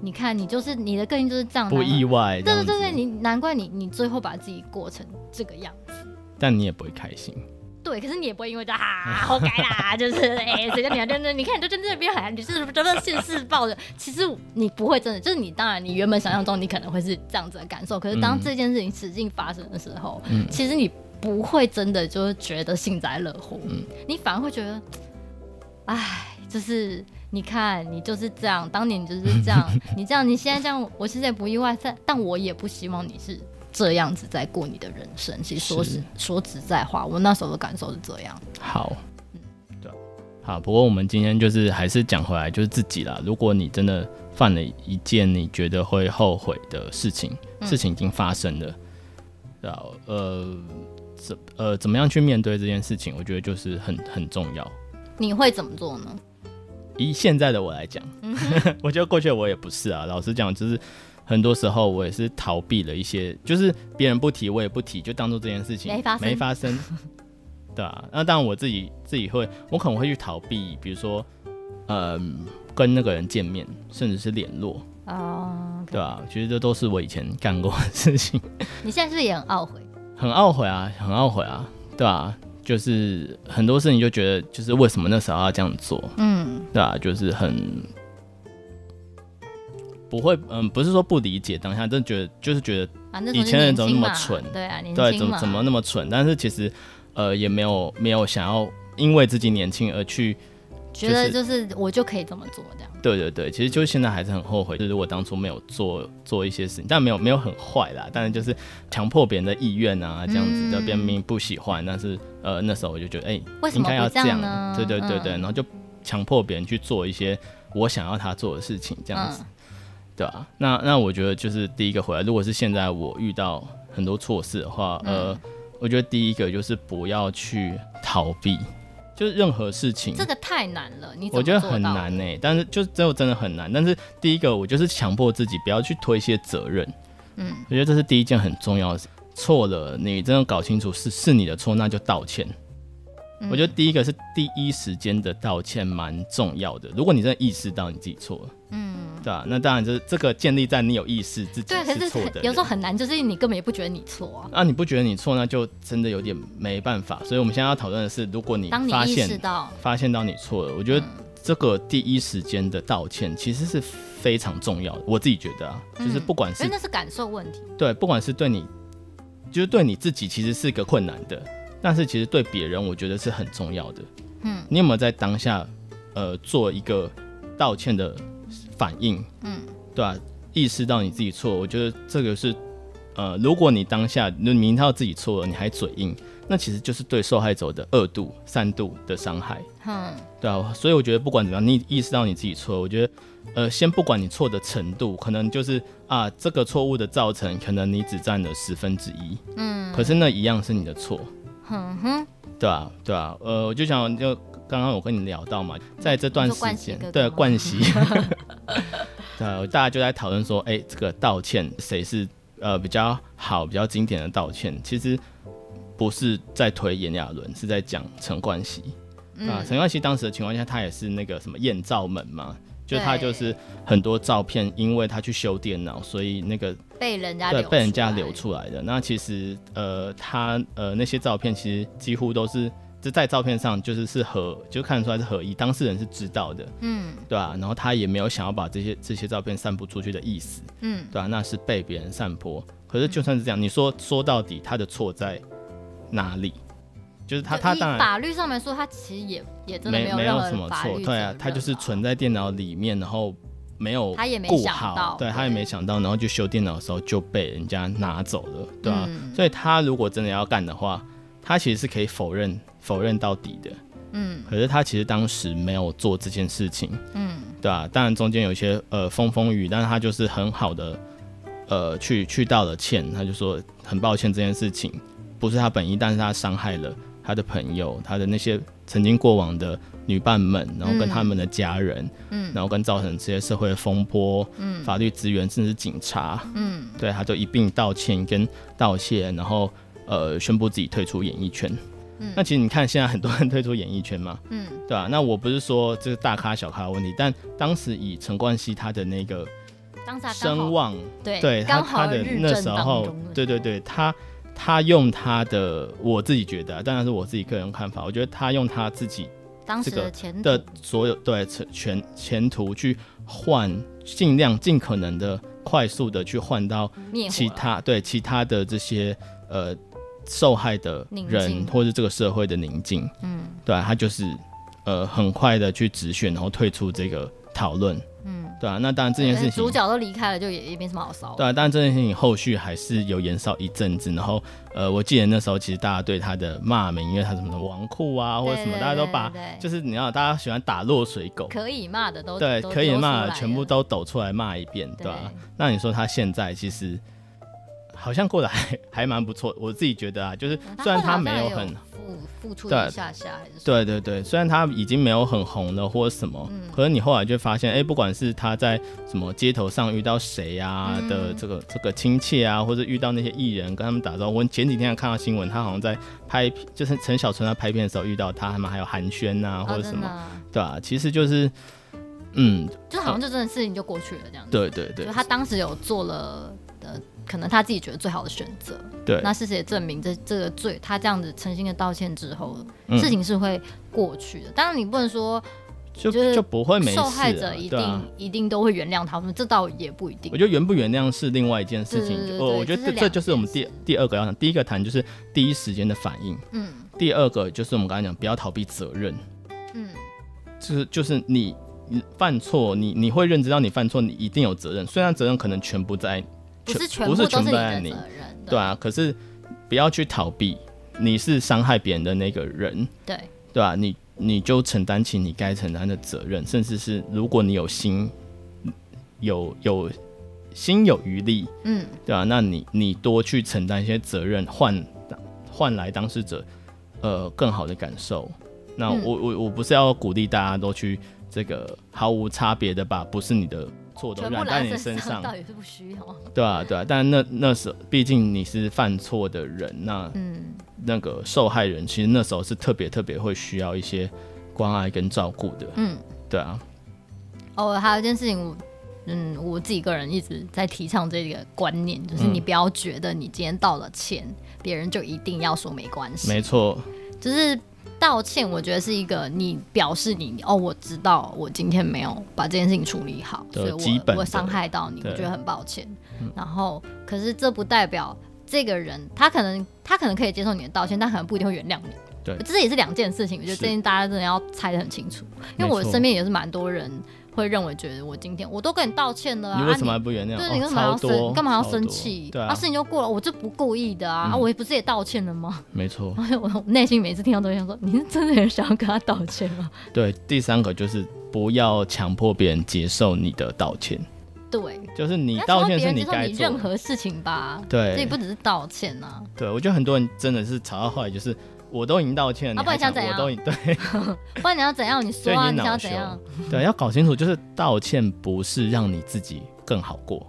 [SPEAKER 1] 你看你就是你的个性就是这样，
[SPEAKER 2] 不意
[SPEAKER 1] 外。
[SPEAKER 2] 外。
[SPEAKER 1] 对对对
[SPEAKER 2] 这
[SPEAKER 1] 对，
[SPEAKER 2] 样子
[SPEAKER 1] 你难怪你你最后把自己过成这个样子。
[SPEAKER 2] 但你也不会开心。
[SPEAKER 1] 对，可是你也不会因为这啊，活该啦， 就是哎，谁叫你要真的？你看你就真的变很，你是不是真的现世报的？其实你不会真的，就是你当然你原本想象中你可能会是这样子的感受，可是当
[SPEAKER 2] 嗯
[SPEAKER 1] 这件事情实际发生的时候，
[SPEAKER 2] 嗯
[SPEAKER 1] 其实你不会真的就是觉得幸灾乐祸，嗯你反而会觉得，哎，就是。你看，你就是这样，当年你就是这样，你这样，你现在这样，我其实也不意外，但但我也不希望你是这样子在过你的人生。其实说
[SPEAKER 2] 是
[SPEAKER 1] 实说实在话，我那时候的感受是这样。
[SPEAKER 2] 好，对，啊好。不过我们今天就是还是讲回来，就是自己啦。如果你真的犯了一件你觉得会后悔的事情，事情已经发生了，然后呃，怎呃怎么样去面对这件事情，我觉得就是很很重要。
[SPEAKER 1] 你会怎么做呢？
[SPEAKER 2] 以现在的我来讲，
[SPEAKER 1] 嗯
[SPEAKER 2] 我觉得过去的我也不是啊。老实讲，就是很多时候我也是逃避了一些，就是别人不提我也不提，就当做这件事情
[SPEAKER 1] 没发生
[SPEAKER 2] 没发生对啊，那当然我自己自己会，我可能会去逃避，比如说，嗯、跟那个人见面，甚至是联络，
[SPEAKER 1] 哦、
[SPEAKER 2] 对啊，其实这都是我以前干过的事情。
[SPEAKER 1] 你现在是不是也很懊悔？
[SPEAKER 2] 很懊悔啊，很懊悔啊，对啊，就是很多事情就觉得，就是为什么那时候要这样做，
[SPEAKER 1] 嗯，
[SPEAKER 2] 对啊，就是很不会，嗯，不是说不理解当下，真的觉得就是觉得，
[SPEAKER 1] 反正
[SPEAKER 2] 以前人怎么那么
[SPEAKER 1] 年轻嘛
[SPEAKER 2] 蠢
[SPEAKER 1] 对啊，年
[SPEAKER 2] 对，怎
[SPEAKER 1] 轻
[SPEAKER 2] 么
[SPEAKER 1] 嘛，
[SPEAKER 2] 怎么那么蠢，但是其实，呃，也没有没有想要因为自己年轻而去，
[SPEAKER 1] 觉得就是我就可以这么做这样？
[SPEAKER 2] 对对对，其实就是现在还是很后悔，就是我当初没有做做一些事情，但没有没有很坏啦，但是就是强迫别人的意愿啊，这样子的，
[SPEAKER 1] 嗯
[SPEAKER 2] 别人明明不喜欢，但是呃那时候我就觉得，哎、
[SPEAKER 1] 为什
[SPEAKER 2] 应
[SPEAKER 1] 么
[SPEAKER 2] 该要
[SPEAKER 1] 不
[SPEAKER 2] 这
[SPEAKER 1] 样呢？
[SPEAKER 2] 对对对对，
[SPEAKER 1] 嗯
[SPEAKER 2] 然后就强迫别人去做一些我想要他做的事情，这
[SPEAKER 1] 嗯
[SPEAKER 2] 样子，对啊，那那我觉得就是第一个回来，如果是现在我遇到很多错事的话，
[SPEAKER 1] 嗯
[SPEAKER 2] 呃，我觉得第一个就是不要去逃避，就是任何事情
[SPEAKER 1] 嗯这。个太难了，你怎
[SPEAKER 2] 我
[SPEAKER 1] 么
[SPEAKER 2] 觉得
[SPEAKER 1] 做
[SPEAKER 2] 很
[SPEAKER 1] 到
[SPEAKER 2] 难呢、但是就只有真的很难。但是第一个，我就是强迫自己不要去推卸责任。嗯，我觉得这是第一件很重要的事。错了，你真的搞清楚是是你的错，那就道歉。
[SPEAKER 1] 嗯
[SPEAKER 2] 我觉得第一个是第一时间的道歉蛮重要的。如果你真的意识到你自己错了，嗯，对啊，那当然就是这个建立在你有意识自己
[SPEAKER 1] 对，可
[SPEAKER 2] 是错的
[SPEAKER 1] 有
[SPEAKER 2] 人
[SPEAKER 1] 时候。很难，就是你根本也不觉得你错啊。
[SPEAKER 2] 那、你不觉得你错，那就真的有点没办法。所以我们现在要讨论的是，如果你
[SPEAKER 1] 当你
[SPEAKER 2] 发
[SPEAKER 1] 意
[SPEAKER 2] 现
[SPEAKER 1] 识到，
[SPEAKER 2] 发现到你错了，我觉得这个第一时间的道歉其实是非常重要的。我自己觉得啊，就是不管
[SPEAKER 1] 因
[SPEAKER 2] 是、
[SPEAKER 1] 为那是感受问题。
[SPEAKER 2] 对，不管是对你，就是对你自己，其实是个困难的，但是其实对别人，我觉得是很重要的。嗯，你有没有在当下，呃，做一个道歉的反应？嗯，对吧、意识到你自己错，我觉得这个是，呃，如果你当下你明知道自己错了，你还嘴硬，那其实就是对受害者的二度、三度的伤害。
[SPEAKER 1] 嗯，
[SPEAKER 2] 对啊，所以我觉得不管怎么样，你意识到你自己错，我觉得，呃，先不管你错的程度，可能就是啊，这个错误的造成，可能你只占了十分之一，嗯，可是那一样是你的错，
[SPEAKER 1] 哼哼，
[SPEAKER 2] 对啊，对啊，呃，我就想就刚刚我跟你聊到嘛，在这
[SPEAKER 1] 嗯
[SPEAKER 2] 段
[SPEAKER 1] 你说
[SPEAKER 2] 时
[SPEAKER 1] 冠希
[SPEAKER 2] 间，
[SPEAKER 1] 哥哥
[SPEAKER 2] 对
[SPEAKER 1] 吗
[SPEAKER 2] 冠希，对啊，大家就在讨论说，哎、这个道歉谁是呃比较好、比较经典的道歉？其实不是在推炎亚纶，是在讲陈冠希。
[SPEAKER 1] 嗯
[SPEAKER 2] 啊，陈冠希当时的情况下，他也是那个什么艳照门嘛，就他
[SPEAKER 1] 对
[SPEAKER 2] 就是很多照片，因为他去修电脑，所以那个
[SPEAKER 1] 被人家
[SPEAKER 2] 对
[SPEAKER 1] 流
[SPEAKER 2] 被人家
[SPEAKER 1] 来
[SPEAKER 2] 流出来的。那其实呃，他呃那些照片其实几乎都是就在照片上就是是合，就看得出来是合一，当事人是知道的，
[SPEAKER 1] 嗯
[SPEAKER 2] 对吧、然后他也没有想要把这些这些照片散布出去的意思，
[SPEAKER 1] 嗯，
[SPEAKER 2] 对吧、啊那是被别人散播。可是就算是这样，你说说到底他的错在哪里？就是他
[SPEAKER 1] 就
[SPEAKER 2] 他
[SPEAKER 1] 以
[SPEAKER 2] 当然
[SPEAKER 1] 法律上来说，他其实也也真的
[SPEAKER 2] 没
[SPEAKER 1] 有
[SPEAKER 2] 没
[SPEAKER 1] 任
[SPEAKER 2] 有
[SPEAKER 1] 何
[SPEAKER 2] 什么
[SPEAKER 1] 法
[SPEAKER 2] 错，
[SPEAKER 1] 律
[SPEAKER 2] 对啊
[SPEAKER 1] 责，
[SPEAKER 2] 他就是
[SPEAKER 1] 任啊
[SPEAKER 2] 存在电脑里面，然后没有
[SPEAKER 1] 他也没
[SPEAKER 2] 顾
[SPEAKER 1] 想到
[SPEAKER 2] 好，对他也没想到，然后就修电脑的时候就被人家拿走了，对啊，
[SPEAKER 1] 嗯
[SPEAKER 2] 所以他如果真的要干的话，他其实是可以否认否认到底的，
[SPEAKER 1] 嗯
[SPEAKER 2] 可是他其实当时没有做这件事情，
[SPEAKER 1] 嗯
[SPEAKER 2] 对啊，当然中间有一些呃风风雨雨，但是他就是很好的呃去去道了歉，他就说很抱歉这件事情不是他本意，但是他伤害了他的朋友，他的那些曾经过往的女伴们，然后跟他们的家人，
[SPEAKER 1] 嗯
[SPEAKER 2] 然后跟造成这些社会的风波、
[SPEAKER 1] 嗯
[SPEAKER 2] 法律资源甚至警察，
[SPEAKER 1] 嗯，
[SPEAKER 2] 对，啊他就一并道歉跟道谢，然后呃宣布自己退出演艺圈。
[SPEAKER 1] 嗯
[SPEAKER 2] 那其实你看，现在很多人退出演艺圈嘛，
[SPEAKER 1] 嗯，
[SPEAKER 2] 对啊，那我不是说这是大咖小咖的问题，但当时以陈冠希他的那个
[SPEAKER 1] 当下刚
[SPEAKER 2] 声
[SPEAKER 1] 好
[SPEAKER 2] 望，
[SPEAKER 1] 对
[SPEAKER 2] 对他
[SPEAKER 1] 哎刚好
[SPEAKER 2] 他的
[SPEAKER 1] 日
[SPEAKER 2] 那
[SPEAKER 1] 正
[SPEAKER 2] 时
[SPEAKER 1] 当
[SPEAKER 2] 候
[SPEAKER 1] 中，
[SPEAKER 2] 对对对，他他用他的，我自己觉得啊，当然是我自己个人看法，我觉得他用他自己
[SPEAKER 1] 当时
[SPEAKER 2] 这个
[SPEAKER 1] 的前途
[SPEAKER 2] 的所有对前前途去换，尽量尽可能的快速的去换到
[SPEAKER 1] 灭火
[SPEAKER 2] 其
[SPEAKER 1] 了
[SPEAKER 2] 他对其他的这些呃受害的
[SPEAKER 1] 宁
[SPEAKER 2] 人
[SPEAKER 1] 静
[SPEAKER 2] 或是这个社会的宁静，
[SPEAKER 1] 嗯
[SPEAKER 2] 对啊，他就是呃很快的去止血，然后退出这个讨论，
[SPEAKER 1] 嗯，呃
[SPEAKER 2] 对啊，那当然这件
[SPEAKER 1] 但
[SPEAKER 2] 事
[SPEAKER 1] 是
[SPEAKER 2] 情
[SPEAKER 1] 主角都离开了，就也也没什么好骚。
[SPEAKER 2] 对啊，但这件事情后续还是有延烧一阵子，然后呃，我记得那时候其实大家对他的骂名，因为他什么纨绔啊或者什么，
[SPEAKER 1] 对对
[SPEAKER 2] 大家都
[SPEAKER 1] 对
[SPEAKER 2] 把
[SPEAKER 1] 对对
[SPEAKER 2] 就是你知道大家喜欢打落水狗，
[SPEAKER 1] 可以骂的都
[SPEAKER 2] 对，
[SPEAKER 1] 都
[SPEAKER 2] 可以
[SPEAKER 1] 丢出
[SPEAKER 2] 骂的
[SPEAKER 1] 来
[SPEAKER 2] 全部
[SPEAKER 1] 了
[SPEAKER 2] 都抖出来骂一遍，对吧、
[SPEAKER 1] 对
[SPEAKER 2] 那你说他现在其实好像过得还还蛮不错，我自己觉得啊，就是
[SPEAKER 1] 嗯
[SPEAKER 2] 虽然
[SPEAKER 1] 后
[SPEAKER 2] 他
[SPEAKER 1] 来
[SPEAKER 2] 没
[SPEAKER 1] 好像
[SPEAKER 2] 有
[SPEAKER 1] 也
[SPEAKER 2] 很
[SPEAKER 1] 付付出
[SPEAKER 2] 对
[SPEAKER 1] 一下下还是什么
[SPEAKER 2] 对啊对对，虽然他已经没有很红了或什么，
[SPEAKER 1] 嗯
[SPEAKER 2] 可是你后来就发现，哎、不管是他在什么街头上遇到谁啊
[SPEAKER 1] 嗯
[SPEAKER 2] 的这个、这个亲戚啊，或者遇到那些艺人跟他们打招呼，我前几天还看到新闻，他好像在拍，就是陈小春他拍片的时候遇到他，他们还有寒暄啊
[SPEAKER 1] 啊
[SPEAKER 2] 或者
[SPEAKER 1] 真
[SPEAKER 2] 什么，
[SPEAKER 1] 的啊
[SPEAKER 2] 对啊，其实就是，嗯，
[SPEAKER 1] 就好像就真的事情就过去了这样子。
[SPEAKER 2] 对对对
[SPEAKER 1] 就他当时有做了呃，可能他自己觉得最好的选择。
[SPEAKER 2] 对
[SPEAKER 1] 那事实也证明这这个罪，他这样子诚心的道歉之后，
[SPEAKER 2] 嗯
[SPEAKER 1] 事情是会过去的。当然你不能说
[SPEAKER 2] 就
[SPEAKER 1] 就是
[SPEAKER 2] 就不会没事、
[SPEAKER 1] 受
[SPEAKER 2] 啊，
[SPEAKER 1] 害者一定、
[SPEAKER 2] 对啊。
[SPEAKER 1] 一定都会原谅他们，这倒也不一定
[SPEAKER 2] 我。觉得原不原谅是另外一件事情，
[SPEAKER 1] 对对对
[SPEAKER 2] 我
[SPEAKER 1] 对
[SPEAKER 2] 我觉得
[SPEAKER 1] 这
[SPEAKER 2] 这
[SPEAKER 1] 是
[SPEAKER 2] 这就是我们第
[SPEAKER 1] 两件
[SPEAKER 2] 第二个要讲，第一个谈就是第一时间的反应，
[SPEAKER 1] 嗯
[SPEAKER 2] 第二个就是我们刚才讲，不要逃避责任，
[SPEAKER 1] 嗯
[SPEAKER 2] 就是就是你你犯错，你你会认知到你犯错，你一定有责任，虽然责任可能全不在，
[SPEAKER 1] 不是全
[SPEAKER 2] 不
[SPEAKER 1] 部
[SPEAKER 2] 是
[SPEAKER 1] 都
[SPEAKER 2] 全
[SPEAKER 1] 是
[SPEAKER 2] 部
[SPEAKER 1] 你
[SPEAKER 2] 在
[SPEAKER 1] 的
[SPEAKER 2] 你，
[SPEAKER 1] 责任，
[SPEAKER 2] 对啊，可是不要去逃避，你是伤害别人的那个人，
[SPEAKER 1] 对，
[SPEAKER 2] 对吧、你你就承担起你该承担的责任，甚至是如果你有心有有心有余力，
[SPEAKER 1] 嗯
[SPEAKER 2] 对啊，那你你多去承担一些责任，换换来当事者呃更好的感受。那我、
[SPEAKER 1] 嗯
[SPEAKER 2] 我我不是要鼓励大家都去这个毫无差别的把不是你的错都
[SPEAKER 1] 全
[SPEAKER 2] 染
[SPEAKER 1] 部
[SPEAKER 2] 在
[SPEAKER 1] 揽
[SPEAKER 2] 你
[SPEAKER 1] 在
[SPEAKER 2] 身上，
[SPEAKER 1] 倒也是不需要。哦
[SPEAKER 2] 对啊对啊。但那那时候毕竟你是犯错的人，那
[SPEAKER 1] 嗯
[SPEAKER 2] 那个受害人其实那时候是特别特别会需要一些关爱跟照顾的，
[SPEAKER 1] 嗯。
[SPEAKER 2] 对啊，
[SPEAKER 1] 哦，还有一件事情，我嗯，我自己个人一直在提倡这个观念，就是
[SPEAKER 2] 嗯
[SPEAKER 1] 你不要觉得你今天道了歉，别人就一定要说没关系。
[SPEAKER 2] 没错，
[SPEAKER 1] 就是道歉，我觉得是一个你表示你哦，我知道我今天没有把这件事情处理好，
[SPEAKER 2] 对
[SPEAKER 1] 所以
[SPEAKER 2] 基本
[SPEAKER 1] 我
[SPEAKER 2] 的
[SPEAKER 1] 我伤害到你，
[SPEAKER 2] 对嗯
[SPEAKER 1] 我觉得很抱歉。嗯然后，可是这不代表这个人他可能他可能可以接受你的道歉，但可能不一定会原谅你。
[SPEAKER 2] 对
[SPEAKER 1] 这也是两件事情，我觉得
[SPEAKER 2] 是
[SPEAKER 1] 这件大家真的要猜得很清楚，因为
[SPEAKER 2] 没
[SPEAKER 1] 我
[SPEAKER 2] 错
[SPEAKER 1] 身边也是蛮多人会认为觉得我今天我都跟你道歉了啊，
[SPEAKER 2] 你为什么
[SPEAKER 1] 啊
[SPEAKER 2] 还不原谅？
[SPEAKER 1] 对，
[SPEAKER 2] 哦
[SPEAKER 1] 你干嘛要
[SPEAKER 2] 超多
[SPEAKER 1] 生干嘛要
[SPEAKER 2] 超
[SPEAKER 1] 生
[SPEAKER 2] 多
[SPEAKER 1] 气？
[SPEAKER 2] 对啊嗯
[SPEAKER 1] 啊，事，情就过了，我这不故意的啊，啊我不是也道歉了吗？
[SPEAKER 2] 没错。
[SPEAKER 1] 我我内心每次听到都想说，你是真的有想要跟他道歉吗？
[SPEAKER 2] 对，第三个就是不要强迫别人接受你的道歉，
[SPEAKER 1] 对，
[SPEAKER 2] 就是你
[SPEAKER 1] 那
[SPEAKER 2] 道
[SPEAKER 1] 别
[SPEAKER 2] 歉是
[SPEAKER 1] 人接受
[SPEAKER 2] 该
[SPEAKER 1] 你
[SPEAKER 2] 做
[SPEAKER 1] 任
[SPEAKER 2] 的。
[SPEAKER 1] 何事情吧，所以
[SPEAKER 2] 对
[SPEAKER 1] 不只是道歉啊呐、
[SPEAKER 2] 对，我觉得很多人真的是吵到后来就是我都已经道歉
[SPEAKER 1] 啊
[SPEAKER 2] 了，你
[SPEAKER 1] 不
[SPEAKER 2] 还
[SPEAKER 1] 然
[SPEAKER 2] 想
[SPEAKER 1] 想怎
[SPEAKER 2] 我都已对
[SPEAKER 1] 不然你要怎样？你说
[SPEAKER 2] 就已
[SPEAKER 1] 啊，
[SPEAKER 2] 经
[SPEAKER 1] 你想
[SPEAKER 2] 恼
[SPEAKER 1] 要
[SPEAKER 2] 羞
[SPEAKER 1] 怎样？
[SPEAKER 2] 对，要搞清楚，就是道歉不是让你自己更好过。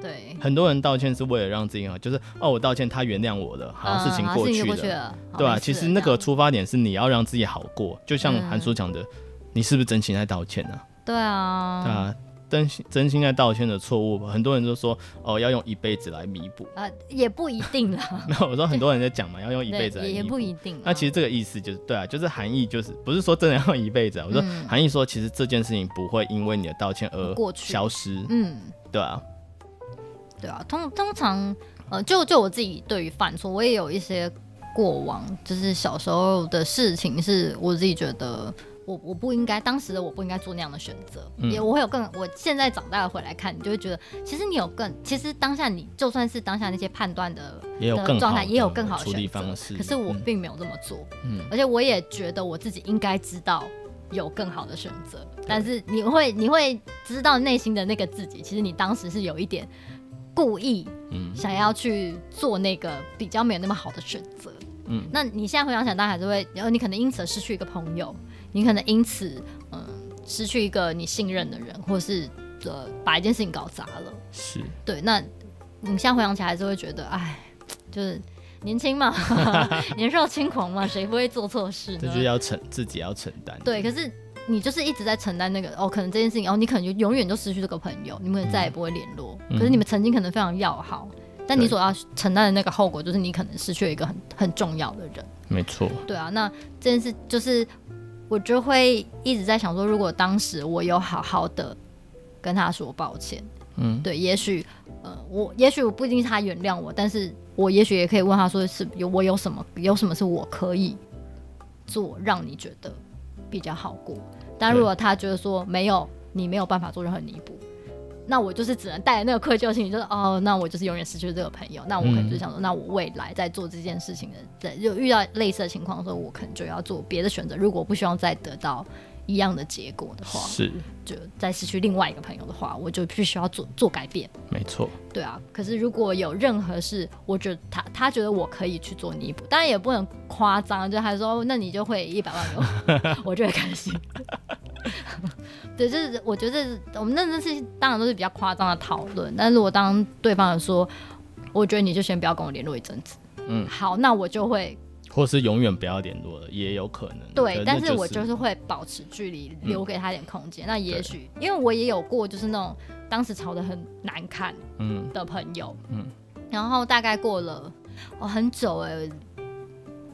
[SPEAKER 1] 对，
[SPEAKER 2] 很多人道歉是为了让自己更好，就是哦，我道歉，他原谅我了，好，
[SPEAKER 1] 嗯
[SPEAKER 2] 事情
[SPEAKER 1] 好
[SPEAKER 2] 过
[SPEAKER 1] 事情
[SPEAKER 2] 去
[SPEAKER 1] 就
[SPEAKER 2] 了，
[SPEAKER 1] 过去了，好
[SPEAKER 2] 对吧、啊
[SPEAKER 1] 没事
[SPEAKER 2] 其实
[SPEAKER 1] 了
[SPEAKER 2] 那
[SPEAKER 1] 这
[SPEAKER 2] 个
[SPEAKER 1] 样
[SPEAKER 2] 出发点是你要让自己好过，就像
[SPEAKER 1] 嗯
[SPEAKER 2] 韩叔讲的，你是不是真心在道歉呢、
[SPEAKER 1] 对啊，
[SPEAKER 2] 啊，真心真心在道歉的错误，很多人都说哦要用一辈子来弥补。
[SPEAKER 1] 啊，也不一定啦，
[SPEAKER 2] 没有，我说很多人在讲嘛， 要用一辈
[SPEAKER 1] 对，
[SPEAKER 2] 子来
[SPEAKER 1] 也也
[SPEAKER 2] 弥补
[SPEAKER 1] 不。一定啦。啊
[SPEAKER 2] 那其实这个意思就是，对啊，就是含义就是不是说真的要一辈子啊，我说
[SPEAKER 1] 嗯
[SPEAKER 2] 含义说其实这件事情不会因为你的道歉而
[SPEAKER 1] 过去
[SPEAKER 2] 消失，
[SPEAKER 1] 嗯。
[SPEAKER 2] 对啊，
[SPEAKER 1] 对啊，通通常，呃，就就我自己对于犯错，我也有一些过往，就是小时候的事情，是我自己觉得我我不应该，当时的我不应该做那样的选择。
[SPEAKER 2] 嗯
[SPEAKER 1] 也我会有更，我现在长大了回来看，你就会觉得，其实你有更，其实当下你就算是当下那些判断的
[SPEAKER 2] 也有
[SPEAKER 1] 的
[SPEAKER 2] 更
[SPEAKER 1] 状态
[SPEAKER 2] 好
[SPEAKER 1] 也有
[SPEAKER 2] 的
[SPEAKER 1] 更好的
[SPEAKER 2] 处理
[SPEAKER 1] 选择
[SPEAKER 2] 方式。
[SPEAKER 1] 可是我
[SPEAKER 2] 嗯
[SPEAKER 1] 并没有这么做，
[SPEAKER 2] 嗯
[SPEAKER 1] 而且我也觉得我自己应该知道有更好的选择，但是你会你会知道内心的那个自己，其实你当时是有一点故意
[SPEAKER 2] 嗯
[SPEAKER 1] 想要去做那个比较没有那么好的选择，
[SPEAKER 2] 嗯
[SPEAKER 1] 那你现在回想起来，当然还是会，然后你可能因此而失去一个朋友，你可能因此嗯失去一个你信任的人，或是呃把一件事情搞砸了。
[SPEAKER 2] 是，
[SPEAKER 1] 对，那你现在回想起来还是会觉得，哎，就是年轻 嘛，年少轻狂嘛，谁不会做错事
[SPEAKER 2] 这
[SPEAKER 1] 呢
[SPEAKER 2] 就？是要承自己要承担。
[SPEAKER 1] 对，可是你就是一直在承担那个哦，可能这件事情，哦，你可能就永远就失去这个朋友，你们可能再也不会联络。
[SPEAKER 2] 嗯
[SPEAKER 1] 可是你们曾经可能非常要好，但你
[SPEAKER 2] 对
[SPEAKER 1] 所要承担的那个后果，就是你可能失去了一个很很重要的人。
[SPEAKER 2] 没错，
[SPEAKER 1] 对啊，那这件事就是我就会一直在想说，如果当时我有好好的跟他说抱歉，
[SPEAKER 2] 嗯，
[SPEAKER 1] 对，也许呃，我也许我不一定是他原谅我，但是我也许也可以问他说是有我有什么有什么是我可以做让你觉得比较好过。但
[SPEAKER 2] 对
[SPEAKER 1] 如果他觉得说没有，你没有办法做任何弥补。那我就是只能带着那个愧疚心理，就是哦，那我就是永远失去这个朋友。那我可
[SPEAKER 2] 嗯
[SPEAKER 1] 能就想说，那我未来在做这件事情的，在有遇到类似的情况的时候，我可能就要做别的选择。如果不希望再得到一样的结果的话，
[SPEAKER 2] 是
[SPEAKER 1] 就再失去另外一个朋友的话，我就必须要做做改变。
[SPEAKER 2] 没错，
[SPEAKER 1] 对啊，可是如果有任何事，我觉得他他觉得我可以去做弥补，当然也不能夸张，就他说哦那你就会一百万给我， 我就会开心。对，就是我觉得我们那件事情当然都是比较夸张的讨论，但是如果当对方有说，我觉得你就先不要跟我联络一阵子，
[SPEAKER 2] 嗯
[SPEAKER 1] 好，那我就会
[SPEAKER 2] 或是永远不要联络了，也有可能。
[SPEAKER 1] 对，
[SPEAKER 2] 那
[SPEAKER 1] 但是我
[SPEAKER 2] 就
[SPEAKER 1] 就是是会保持距离，
[SPEAKER 2] 嗯
[SPEAKER 1] 留给他一点空间。那也
[SPEAKER 2] 对
[SPEAKER 1] 许因为我也有过，就是那种当时吵得很难看，
[SPEAKER 2] 嗯
[SPEAKER 1] 的朋友，
[SPEAKER 2] 嗯
[SPEAKER 1] 嗯，然后大概过了哦很久哎、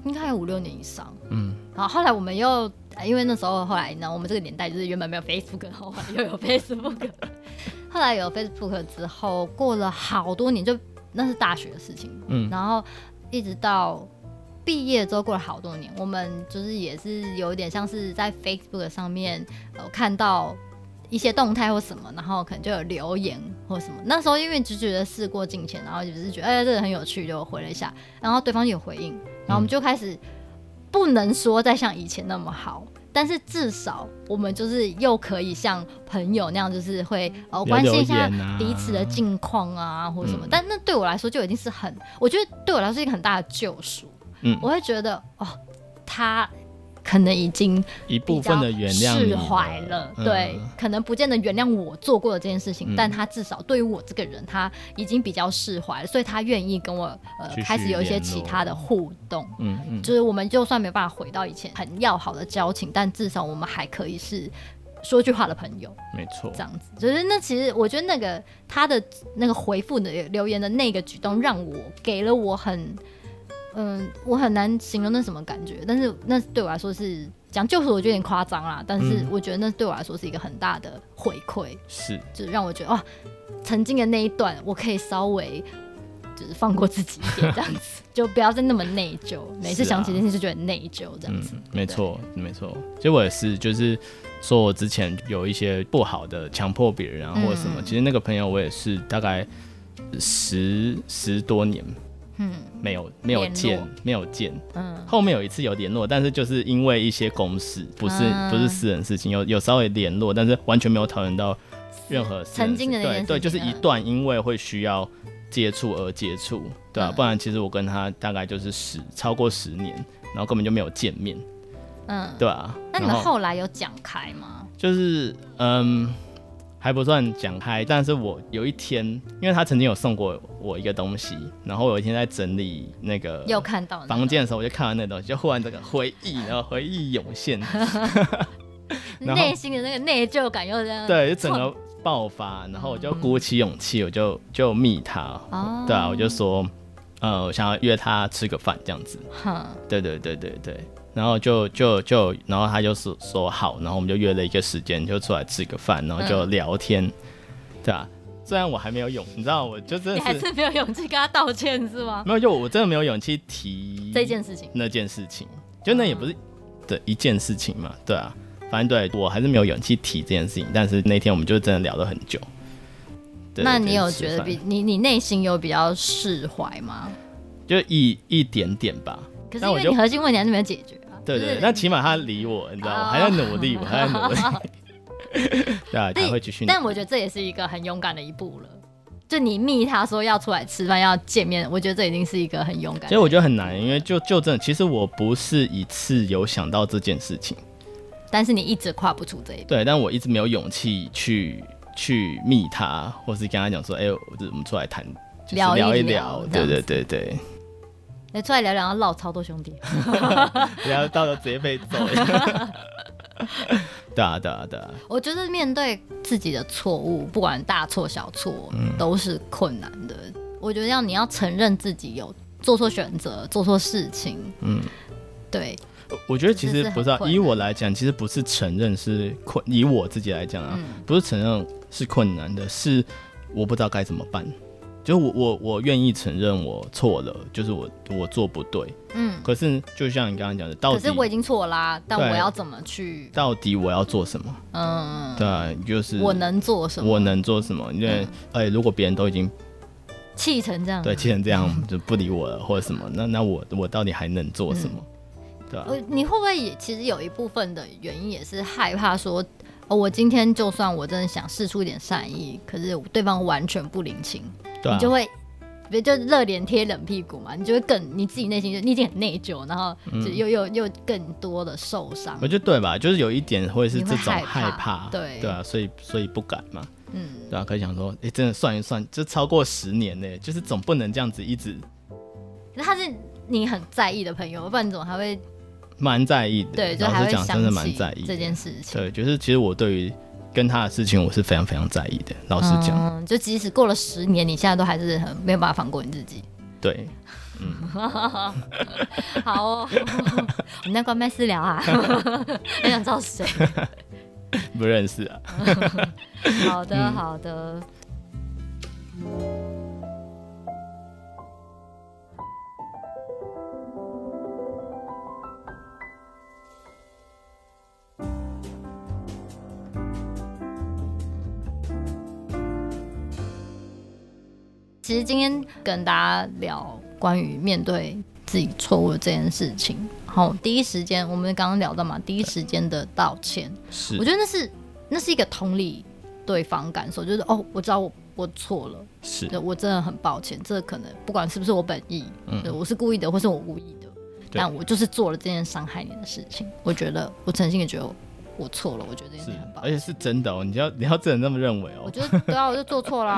[SPEAKER 1] 应该有五六年以上。
[SPEAKER 2] 嗯，
[SPEAKER 1] 然后后来我们又呃因为那时候后来呢，我们这个年代就是原本没有 Facebook，后来又有 Facebook，后来有 Facebook 之后，过了好多年，就那是大学的事情，
[SPEAKER 2] 嗯
[SPEAKER 1] 嗯，然后一直到。毕业之后过了好多年，我们就是也是有一点像是在 Facebook 上面呃看到一些动态或什么，然后可能就有留言或什么。那时候因为只觉得事过境迁，然后就是觉得哎、这个很有趣，就回了一下，然后对方也有回应，然后我们就开始不能说再像以前那么好。但是至少我们就是又可以像朋友那样，就是会呃
[SPEAKER 2] 聊
[SPEAKER 1] 关心一
[SPEAKER 2] 留
[SPEAKER 1] 下
[SPEAKER 2] 言啊
[SPEAKER 1] 彼此的近况啊，或者什么。
[SPEAKER 2] 嗯
[SPEAKER 1] 但那对我来说就已经是很，我觉得对我来说是一个很大的救赎。
[SPEAKER 2] 嗯
[SPEAKER 1] 我会觉得哦，他可能已经
[SPEAKER 2] 一部
[SPEAKER 1] 比较
[SPEAKER 2] 分的原谅你
[SPEAKER 1] 释怀了，
[SPEAKER 2] 嗯
[SPEAKER 1] 对，可能不见得原谅我做过的这件事情，
[SPEAKER 2] 嗯
[SPEAKER 1] 但他至少对于我这个人，他已经比较释怀了，所以他愿意跟我呃
[SPEAKER 2] 继续
[SPEAKER 1] 开始有一些
[SPEAKER 2] 联络
[SPEAKER 1] 其他的互动。
[SPEAKER 2] 嗯嗯，
[SPEAKER 1] 就是我们就算没办法回到以前很要好的交情，但至少我们还可以是说句话的朋友，
[SPEAKER 2] 没错
[SPEAKER 1] 这，样子。就是那其实我觉得那个他的那个回复的留言的那个举动，让我给了我很嗯，我很难形容那什么感觉，但是那对我来说是讲救赎，我觉得有点夸张啦，但是
[SPEAKER 2] 嗯
[SPEAKER 1] 我觉得那对我来说是一个很大的回馈，
[SPEAKER 2] 是
[SPEAKER 1] 就是让我觉得哇，曾经的那一段我可以稍微就是放过自己一点，这样子就不要再那么内疚，每次
[SPEAKER 2] 是啊
[SPEAKER 1] 想起这件事就很内疚这样
[SPEAKER 2] 嗯
[SPEAKER 1] 子。，
[SPEAKER 2] 没错，没错。其实我也是，就是说我之前有一些不好的强迫别人啊，或者什么。
[SPEAKER 1] 嗯
[SPEAKER 2] 其实那个朋友我也是大概十十多年
[SPEAKER 1] 嗯
[SPEAKER 2] 没有没有
[SPEAKER 1] 联络
[SPEAKER 2] 见，没有见。
[SPEAKER 1] 嗯
[SPEAKER 2] 后面有一次有联络，但是就是因为一些公事，不是、
[SPEAKER 1] 啊
[SPEAKER 2] 不是私人事情，有有稍微联络，但是完全没有讨论到任何私人
[SPEAKER 1] 曾经的
[SPEAKER 2] 事
[SPEAKER 1] 那件
[SPEAKER 2] 对对，
[SPEAKER 1] 事情
[SPEAKER 2] 就是一
[SPEAKER 1] 嗯
[SPEAKER 2] 段因为会需要接触而接触，对啊，
[SPEAKER 1] 嗯
[SPEAKER 2] 不然其实我跟他大概就是十超过十年，然后根本就没有见面，
[SPEAKER 1] 嗯，
[SPEAKER 2] 对啊。
[SPEAKER 1] 那你
[SPEAKER 2] 然
[SPEAKER 1] 们后来有讲开吗？
[SPEAKER 2] 就是嗯，还不算讲开，但是我有一天，因为他曾经有送过我一个东西，然后我有一天在整理那个
[SPEAKER 1] 有看到那个
[SPEAKER 2] 房间的时候，我就看到那东西，就忽然这个回忆，然后 回忆涌现，然后
[SPEAKER 1] 内心的那个内疚感又这样
[SPEAKER 2] 对，就整个爆发，然后我就鼓起勇气，我就就密他，
[SPEAKER 1] 哦，
[SPEAKER 2] 对啊，我就说，呃，我想要约他吃个饭这样子，
[SPEAKER 1] 哼，
[SPEAKER 2] 对对对对对，然后就就就，然后他就是说好，然后我们就约了一个时间，就出来吃个饭，然后就聊天，对啊，虽然我还没有勇，你知道，我就真
[SPEAKER 1] 你还
[SPEAKER 2] 的是
[SPEAKER 1] 是没有勇气跟他道歉是吗？
[SPEAKER 2] 没有，就我真的没有勇气提
[SPEAKER 1] 这件事情，
[SPEAKER 2] 那件事情，就那也不是的一件事情嘛，对啊，反正对我还是没有勇气提这件事情，但是那天我们就真的聊了很久。对
[SPEAKER 1] 那
[SPEAKER 2] 就
[SPEAKER 1] 你
[SPEAKER 2] 是
[SPEAKER 1] 有
[SPEAKER 2] 吃
[SPEAKER 1] 觉得
[SPEAKER 2] 饭
[SPEAKER 1] 比你你内心有比较释怀吗？
[SPEAKER 2] 就一一点点吧？
[SPEAKER 1] 可是因
[SPEAKER 2] 但我
[SPEAKER 1] 为
[SPEAKER 2] 就
[SPEAKER 1] 你核心问题还是没有解决啊，
[SPEAKER 2] 对
[SPEAKER 1] 就
[SPEAKER 2] 对
[SPEAKER 1] 是，
[SPEAKER 2] 那起码他理我，你知道，
[SPEAKER 1] 哦
[SPEAKER 2] 我还在努力，我还在努 力。对啊，
[SPEAKER 1] 但
[SPEAKER 2] 他会继续努力。
[SPEAKER 1] 但我觉得这也是一个很勇敢的一步了。就你密他说要出来吃饭要见面，我觉得这已经是一个很勇敢的。
[SPEAKER 2] 其实我觉得很难，因为就就真的，其实我不是一次有想到这件事情，
[SPEAKER 1] 但是你一直跨不出这一步。
[SPEAKER 2] 对，但我一直没有勇气去去密他，或是跟他讲说，哎、我我们出来谈，就是
[SPEAKER 1] 聊一
[SPEAKER 2] 聊
[SPEAKER 1] 聊这
[SPEAKER 2] 对
[SPEAKER 1] 样
[SPEAKER 2] 对对对，
[SPEAKER 1] 哎，出来聊聊，唠超多兄弟。
[SPEAKER 2] 不要到时候直接被揍。 对啊对啊对啊，
[SPEAKER 1] 我觉得面对自己的错误，不管大错小错，
[SPEAKER 2] 嗯
[SPEAKER 1] 都是困难的。我觉得要你要承认自己有做错选择、做错事情，
[SPEAKER 2] 嗯，
[SPEAKER 1] 对，
[SPEAKER 2] 我觉得其实不是、
[SPEAKER 1] 这是
[SPEAKER 2] 啊
[SPEAKER 1] 很困，难
[SPEAKER 2] 以我来讲，其实不是承认是困，以我自己来讲啊，
[SPEAKER 1] 嗯
[SPEAKER 2] 不是承认是困难的，是我不知道该怎么办。就我我我愿意承认我错了，就是我我做不对。
[SPEAKER 1] 嗯。
[SPEAKER 2] 可是就像你刚刚讲的，到
[SPEAKER 1] 可
[SPEAKER 2] 底
[SPEAKER 1] 是我已经错啦、但
[SPEAKER 2] 对
[SPEAKER 1] 我要怎么去？
[SPEAKER 2] 到底我要做什么？
[SPEAKER 1] 嗯，
[SPEAKER 2] 对啊，就是
[SPEAKER 1] 我能做什么？嗯
[SPEAKER 2] 我能做什么？因为哎、如果别人都已经
[SPEAKER 1] 气成这样。
[SPEAKER 2] 对气成这样就不理我了，或者什么，那那我我到底还能做什么？对吧、啊
[SPEAKER 1] 呃，你会不会也其实有一部分的原因也是害怕说，哦，我今天就算我真的想试出一点善意，可是对方完全不领情，
[SPEAKER 2] 对啊
[SPEAKER 1] 你就，会。别就热脸贴冷屁股嘛，你就会更你自己内心就你已经很内疚，然后
[SPEAKER 2] 嗯
[SPEAKER 1] 就又又又更多的受伤
[SPEAKER 2] 我。觉得对吧？就是有一点会是
[SPEAKER 1] 你
[SPEAKER 2] 这
[SPEAKER 1] 会
[SPEAKER 2] 种
[SPEAKER 1] 害怕
[SPEAKER 2] 害怕，
[SPEAKER 1] 对
[SPEAKER 2] 对啊，所以所以不敢嘛，
[SPEAKER 1] 嗯，
[SPEAKER 2] 对啊，可以想说，哎、真的算一算，这超过十年呢，就是总不能这样子一直
[SPEAKER 1] 可是他是你很在意的朋友，不然你怎么还会
[SPEAKER 2] 蛮在意的。
[SPEAKER 1] 对？就
[SPEAKER 2] 老
[SPEAKER 1] 还
[SPEAKER 2] 实
[SPEAKER 1] 会
[SPEAKER 2] 讲，
[SPEAKER 1] 想
[SPEAKER 2] 真的蛮
[SPEAKER 1] 起
[SPEAKER 2] 在意
[SPEAKER 1] 这
[SPEAKER 2] 的
[SPEAKER 1] 件事情。
[SPEAKER 2] 对，就是其实我对于跟他的事情，我是非常非常在意的。老实讲，
[SPEAKER 1] 嗯，就即使过了十年，你现在都还是很没有办法放过你自 己。
[SPEAKER 2] 对，
[SPEAKER 1] 好哦， 我们在关麦私聊啊， 很想知道谁。
[SPEAKER 2] 不认识啊。
[SPEAKER 1] 好的，好的。其实今天跟大家聊关于面对自己错误的这件事情，然后第一时间我们刚刚聊到嘛，第一时间的道歉，
[SPEAKER 2] 是
[SPEAKER 1] 我觉得那是那是一个同理对方感受，就是哦，我知道我我错了，
[SPEAKER 2] 是
[SPEAKER 1] 对我真的很抱歉，这可能不管是不是我本意，对我是故意的，或是我无意的，
[SPEAKER 2] 嗯对
[SPEAKER 1] 但我就是做了这件伤害你的事情。我觉得我诚心也觉得我我错了，我觉得这件事
[SPEAKER 2] 是
[SPEAKER 1] 情很，抱
[SPEAKER 2] 而
[SPEAKER 1] 歉。
[SPEAKER 2] 且是真的哦。你要你要真的那么认为
[SPEAKER 1] 我
[SPEAKER 2] 哦。
[SPEAKER 1] 觉得对啊，我就做错啦、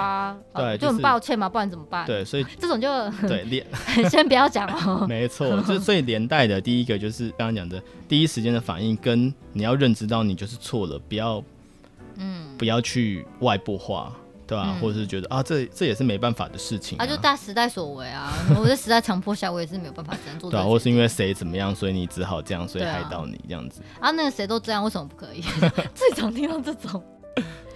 [SPEAKER 1] 啊，
[SPEAKER 2] 对
[SPEAKER 1] 我
[SPEAKER 2] 就
[SPEAKER 1] 就很
[SPEAKER 2] 是
[SPEAKER 1] 抱歉嘛，不然怎么办？，
[SPEAKER 2] 对，所以
[SPEAKER 1] 这种就
[SPEAKER 2] 对连
[SPEAKER 1] 先不要讲 哦。
[SPEAKER 2] 没错，就所以连带的第一个就是刚刚讲的第一时间的反应，跟你要认知到你就是错了，不要
[SPEAKER 1] 嗯，
[SPEAKER 2] 不要去外部化，对吧、或者是觉得啊，这这也是没办法的事情啊，
[SPEAKER 1] 啊，就大时代所为啊，我在时代强迫下，我也是没有办法这样做这
[SPEAKER 2] 对
[SPEAKER 1] 个
[SPEAKER 2] 啊，
[SPEAKER 1] 决定。
[SPEAKER 2] 或是因为谁怎么样，所以你只好这样，所以
[SPEAKER 1] 对啊
[SPEAKER 2] 害到你这样子，
[SPEAKER 1] 啊，那个谁都这样，为什么不可以？ 最常听到这种。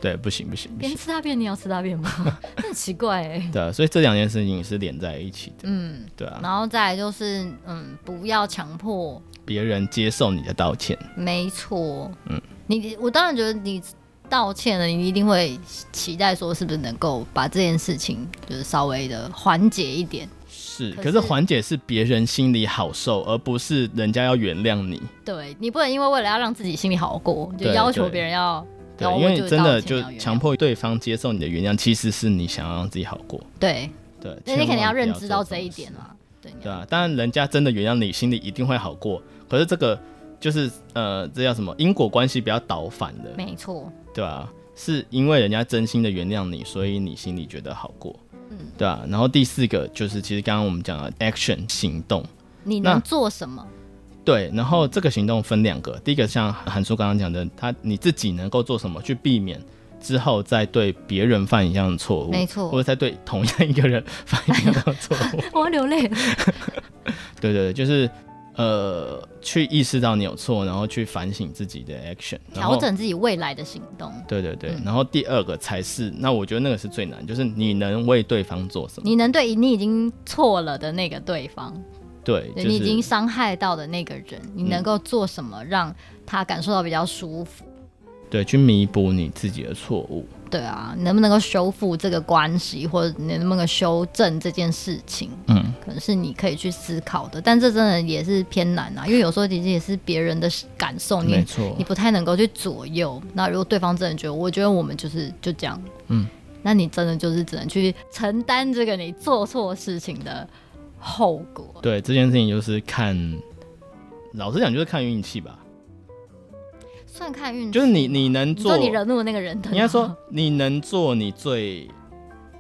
[SPEAKER 2] 对，不行不行不
[SPEAKER 1] 别人
[SPEAKER 2] 行，
[SPEAKER 1] 吃大便，你要吃大便 吗？真很奇怪哎、
[SPEAKER 2] 对啊，所以这两件事情是连在一起的，
[SPEAKER 1] 嗯，
[SPEAKER 2] 对啊，
[SPEAKER 1] 然后再来就是，嗯，不要强迫，
[SPEAKER 2] 别人接受你的道歉，
[SPEAKER 1] 没错。嗯，你我当然觉得你道歉了，你一定会期待说是不是能够把这件事情就是稍微的缓解一点。
[SPEAKER 2] 是，
[SPEAKER 1] 可
[SPEAKER 2] 可是
[SPEAKER 1] 是
[SPEAKER 2] 缓解是别人心里好受，而不是人家要原谅你，
[SPEAKER 1] 对你不能因为为了要让自己心里好过，就
[SPEAKER 2] 对
[SPEAKER 1] 要求
[SPEAKER 2] 对
[SPEAKER 1] 别人要。
[SPEAKER 2] 对
[SPEAKER 1] 然后，
[SPEAKER 2] 因
[SPEAKER 1] 我
[SPEAKER 2] 为
[SPEAKER 1] 就
[SPEAKER 2] 真的
[SPEAKER 1] 道歉
[SPEAKER 2] 就
[SPEAKER 1] 要原谅
[SPEAKER 2] 强迫对方接受你的原谅，其实是你想要让自己好过，
[SPEAKER 1] 对，
[SPEAKER 2] 对，
[SPEAKER 1] 那你
[SPEAKER 2] 千万
[SPEAKER 1] 肯定要
[SPEAKER 2] 不
[SPEAKER 1] 认知到
[SPEAKER 2] 做
[SPEAKER 1] 这
[SPEAKER 2] 种
[SPEAKER 1] 一
[SPEAKER 2] 事
[SPEAKER 1] 点，啦。对，你要
[SPEAKER 2] 对啊，当然人家真的原谅你，心里一定会好过，可是这个就是呃，这叫什么因果关系比较倒反的，
[SPEAKER 1] 没错。
[SPEAKER 2] 对啊，是因为人家真心的原谅你，所以你心里觉得好过，
[SPEAKER 1] 嗯
[SPEAKER 2] 对啊。然后第四个就是，其实刚刚我们讲的 action 行动，
[SPEAKER 1] 你
[SPEAKER 2] 那
[SPEAKER 1] 能做什么？
[SPEAKER 2] 对。然
[SPEAKER 1] 嗯
[SPEAKER 2] 后这个行动分两个，第一个像韩叔刚刚讲的，他你自己能够做什么去避免之后再对别人犯一样的错误，
[SPEAKER 1] 没错
[SPEAKER 2] 或者再对同样一 个人犯一样的错误。
[SPEAKER 1] 我要流泪了。
[SPEAKER 2] 对对对，就是呃，去意识到你有错，然后去反省自己的 action，然后
[SPEAKER 1] 调。整自己未来的行动，
[SPEAKER 2] 对对对，
[SPEAKER 1] 嗯
[SPEAKER 2] 然后第二个才是，那我觉得那个是最难，就是你能为对方做什么？
[SPEAKER 1] 你能对你已经错了的那个对方，
[SPEAKER 2] 对，
[SPEAKER 1] 对
[SPEAKER 2] 就
[SPEAKER 1] 你
[SPEAKER 2] 是
[SPEAKER 1] 已经伤害到的那个人，你能够做什么让他感受到比较舒服？
[SPEAKER 2] 对去弥补你自己的错误。
[SPEAKER 1] 对啊，能不能够修复这个关系，或者能不能够修正这件事情，
[SPEAKER 2] 嗯，
[SPEAKER 1] 可能是你可以去思考的。但这真的也是偏难啊，因为有时候其实也是别人的感受，
[SPEAKER 2] 没
[SPEAKER 1] 哦你
[SPEAKER 2] 错
[SPEAKER 1] 你。不太能够去左右。那如果对方真的觉得，我觉得我们就是就这样，
[SPEAKER 2] 嗯，
[SPEAKER 1] 那你真的就是只能去承担这个你做错事情的后果。
[SPEAKER 2] 对这件事情就是看，老实讲就是看运气吧，
[SPEAKER 1] 算看运气，
[SPEAKER 2] 就是你你能
[SPEAKER 1] 你说
[SPEAKER 2] 做，
[SPEAKER 1] 你惹怒了那个人的，
[SPEAKER 2] 应该说你能做你最，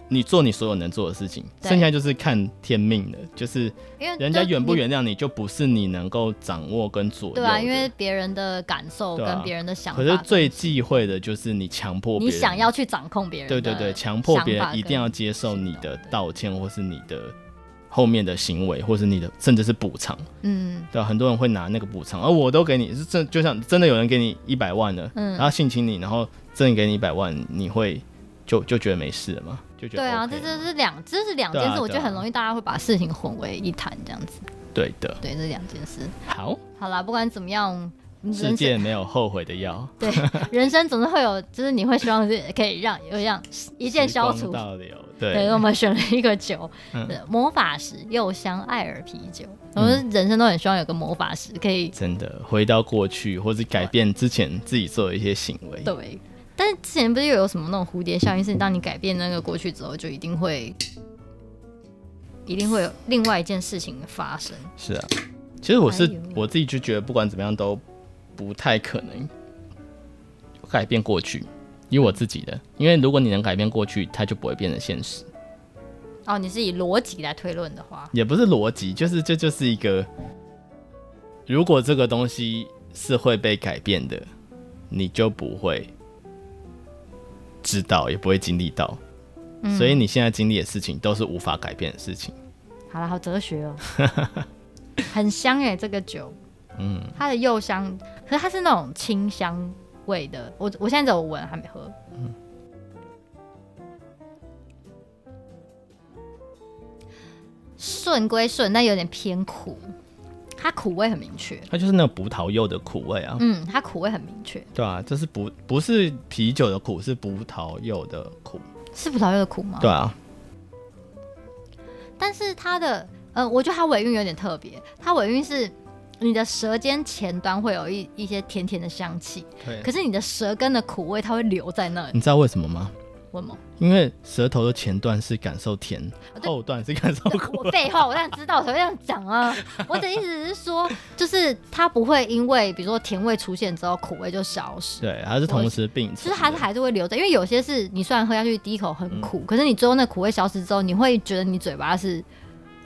[SPEAKER 2] 你做你所有能做的事情，
[SPEAKER 1] 对
[SPEAKER 2] 剩下就是看天命的，就是
[SPEAKER 1] 因为
[SPEAKER 2] 人家
[SPEAKER 1] 就
[SPEAKER 2] 原不
[SPEAKER 1] 你
[SPEAKER 2] 原谅你，就不是你能够掌握跟左右的。
[SPEAKER 1] 对啊，因为别人的感受
[SPEAKER 2] 对啊
[SPEAKER 1] 跟别人的想法，
[SPEAKER 2] 可是最忌讳的就是你强迫别
[SPEAKER 1] 你
[SPEAKER 2] 人，
[SPEAKER 1] 想要去掌控别人的想
[SPEAKER 2] 对对
[SPEAKER 1] 法跟，
[SPEAKER 2] 对，强迫别人一定要接受你
[SPEAKER 1] 行
[SPEAKER 2] 的
[SPEAKER 1] 动对
[SPEAKER 2] 道歉，或是你的后面的行为，或是你的甚至是补偿。
[SPEAKER 1] 嗯
[SPEAKER 2] 对啊、很多人会拿那个补偿，而、我都给你，是真就像真的有人给你一百万了，
[SPEAKER 1] 嗯
[SPEAKER 2] 然后性侵你，然后真的给你一百万，你会就就觉得没事了吗？就觉得
[SPEAKER 1] 对啊，这
[SPEAKER 2] OK
[SPEAKER 1] 这是两这是两件
[SPEAKER 2] 对
[SPEAKER 1] 事，
[SPEAKER 2] 啊对啊
[SPEAKER 1] 我觉得很容易大家会把事情混为一谈这样子。
[SPEAKER 2] 对的。
[SPEAKER 1] 对，这两件事。
[SPEAKER 2] 好，
[SPEAKER 1] 好啦，不管怎么样，
[SPEAKER 2] 世
[SPEAKER 1] 人生
[SPEAKER 2] 界没有后悔的药，
[SPEAKER 1] 对人生总是会有，就是你会希望是可以让有让一
[SPEAKER 2] 一
[SPEAKER 1] 键消除。
[SPEAKER 2] 倒流，
[SPEAKER 1] 对，
[SPEAKER 2] 对
[SPEAKER 1] 我们选了一个酒，
[SPEAKER 2] 嗯
[SPEAKER 1] 对魔法石柚香艾尔啤酒。我们人生都很希望有个魔法石可以
[SPEAKER 2] 真的回到过去，或是改变之前自己做的一些行为。
[SPEAKER 1] 对，但是之前不是又有什么那种蝴蝶效应，是你当你改变那个过去之后，就一定会，一定会有另外一件事情发生。
[SPEAKER 2] 是啊，其实我是
[SPEAKER 1] 哎呦
[SPEAKER 2] 我自己就觉得，不管怎么样都不太可能改变过去。以我自己的，因为如果你能改变过去，它就不会变成现实。
[SPEAKER 1] 哦，你是以逻辑来推论的话，
[SPEAKER 2] 也不是逻辑，就是这就是一个，如果这个东西是会被改变的，你就不会知道，也不会经历到。
[SPEAKER 1] 嗯
[SPEAKER 2] 所以你现在经历的事情都是无法改变的事情。
[SPEAKER 1] 好了，好哲学 哦，很香哎、这个酒，嗯，它的柚香，可是它是那种清香味的，我我现在只有闻还没喝，嗯，顺归顺，但有点偏苦，它苦味很明确，
[SPEAKER 2] 它就是那个葡萄柚的苦味啊，
[SPEAKER 1] 嗯，它苦味很明确，
[SPEAKER 2] 对啊，这是不不是啤酒的苦，是葡萄柚的苦，
[SPEAKER 1] 是葡萄柚的苦吗？
[SPEAKER 2] 对，啊，
[SPEAKER 1] 但是它的呃，我觉得它尾韵有点特别，它尾韵是你的舌尖前端会有一一些甜甜的香气。
[SPEAKER 2] 对
[SPEAKER 1] 可是你的舌根的苦味它会留在那里，
[SPEAKER 2] 你知道为什么吗？
[SPEAKER 1] 为什么？
[SPEAKER 2] 因为舌头的前段是感受甜，
[SPEAKER 1] 哦对
[SPEAKER 2] 后段是感受苦。
[SPEAKER 1] 我废话，我当然知道，我才会这样讲 啊。我的意思是说，就是它不会因为比如说甜味出现之后，苦味就消失，
[SPEAKER 2] 对，它是同时并
[SPEAKER 1] 其
[SPEAKER 2] 存
[SPEAKER 1] 实
[SPEAKER 2] 的。
[SPEAKER 1] 还是还是会留在。因为有些是你虽然喝下去第一口很苦，
[SPEAKER 2] 嗯
[SPEAKER 1] 可是你最后那苦味消失之后，你会觉得你嘴巴是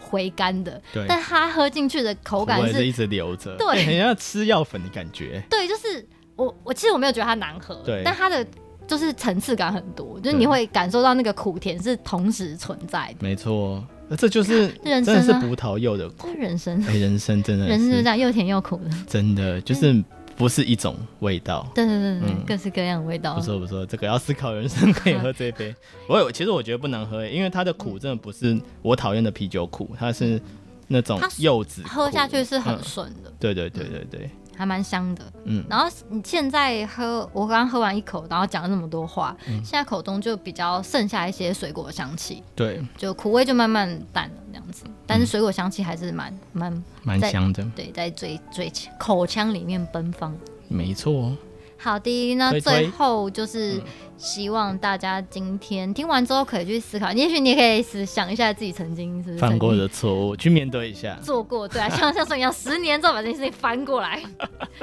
[SPEAKER 1] 回甘的，
[SPEAKER 2] 对，
[SPEAKER 1] 但它喝进去的口感
[SPEAKER 2] 我也
[SPEAKER 1] 是
[SPEAKER 2] 是一直留着，
[SPEAKER 1] 对
[SPEAKER 2] 欸很像吃药粉的感觉。
[SPEAKER 1] 对，就是我我其实我没有觉得它难喝，
[SPEAKER 2] 对
[SPEAKER 1] 但它的就是层次感很多，就是你
[SPEAKER 2] 对
[SPEAKER 1] 会感受到那个苦甜是同时存在的。
[SPEAKER 2] 没错，那这就是
[SPEAKER 1] 人
[SPEAKER 2] 真
[SPEAKER 1] 生啊
[SPEAKER 2] 的是葡萄柚的苦，
[SPEAKER 1] 这是人生，
[SPEAKER 2] 哎，人生真的
[SPEAKER 1] 人生就是这样嗯又甜又苦的。
[SPEAKER 2] 真的就是不是一种味道。
[SPEAKER 1] 对对对对，
[SPEAKER 2] 嗯
[SPEAKER 1] 各式各样的味道
[SPEAKER 2] 不。错不错，这个要思考人生可以喝这一
[SPEAKER 1] 嗯
[SPEAKER 2] 杯。我有，其实我觉得不难喝，因为它的苦真的不是我讨厌的啤酒苦，它是那种
[SPEAKER 1] 它是
[SPEAKER 2] 柚子苦
[SPEAKER 1] 喝下去是很
[SPEAKER 2] 嗯
[SPEAKER 1] 顺的，
[SPEAKER 2] 对对对对对，
[SPEAKER 1] 还蛮香的。
[SPEAKER 2] 嗯，
[SPEAKER 1] 然后你现在喝，我刚喝完一口，然后讲了那么多话，
[SPEAKER 2] 嗯
[SPEAKER 1] 现在口中就比较剩下一些水果香气，
[SPEAKER 2] 对，
[SPEAKER 1] 就苦味就慢慢淡了这样子。
[SPEAKER 2] 嗯
[SPEAKER 1] 但是水果香气还是蛮蛮
[SPEAKER 2] 蛮
[SPEAKER 1] 在
[SPEAKER 2] 香的，
[SPEAKER 1] 对，在嘴嘴口腔里面奔放。
[SPEAKER 2] 没错。哦
[SPEAKER 1] 好的，那
[SPEAKER 2] 推推嗯
[SPEAKER 1] 最后就是希望大家今天听完之后可以去思考，也许你也可以思想一下自己曾经是不是
[SPEAKER 2] 犯过
[SPEAKER 1] 曾经
[SPEAKER 2] 的错误去面对一下，
[SPEAKER 1] 做过，对啊，像像 说一样，十年之后把这件事情翻过来，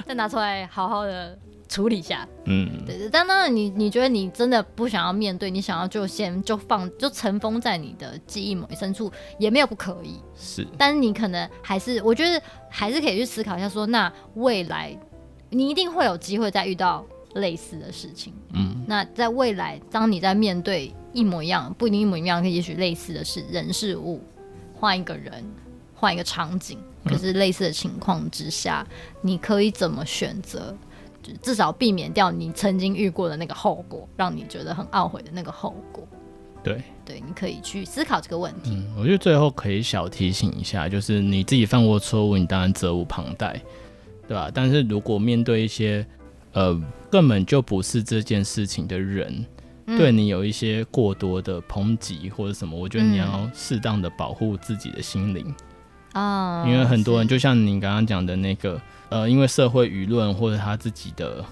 [SPEAKER 1] 再拿出来好好的处理一下。
[SPEAKER 2] 嗯，
[SPEAKER 1] 对对，但当然你你觉得你真的不想要面对，你想要就先就放就尘封在你的记忆某一深处，也没有不可以。
[SPEAKER 2] 是
[SPEAKER 1] 但是你可能还是，我觉得还是可以去思考一下说那未来你一定会有机会再遇到类似的事情。
[SPEAKER 2] 嗯，
[SPEAKER 1] 那在未来，当你在面对一模一样，不一定一模一样，也许类似的事人事物，换一个人，换一个场景，可是类似的情况之下，你可以怎么选择？就至少避免掉你曾经遇过的那个后果，让你觉得很懊悔的那个后果。
[SPEAKER 2] 对。
[SPEAKER 1] 对，你可以去思考这个问题。
[SPEAKER 2] 嗯，我觉得最后可以小提醒一下，就是你自己犯过错误，你当然责无旁贷，对吧、但是如果面对一些呃根本就不是这件事情的人，
[SPEAKER 1] 嗯
[SPEAKER 2] 对你有一些过多的抨击或者什么，我觉得你
[SPEAKER 1] 嗯
[SPEAKER 2] 要适当的保护自己的心灵，
[SPEAKER 1] 啊，
[SPEAKER 2] 因为很多人
[SPEAKER 1] 是
[SPEAKER 2] 就像你刚刚讲的那个，呃，因为社会舆论或者他自己的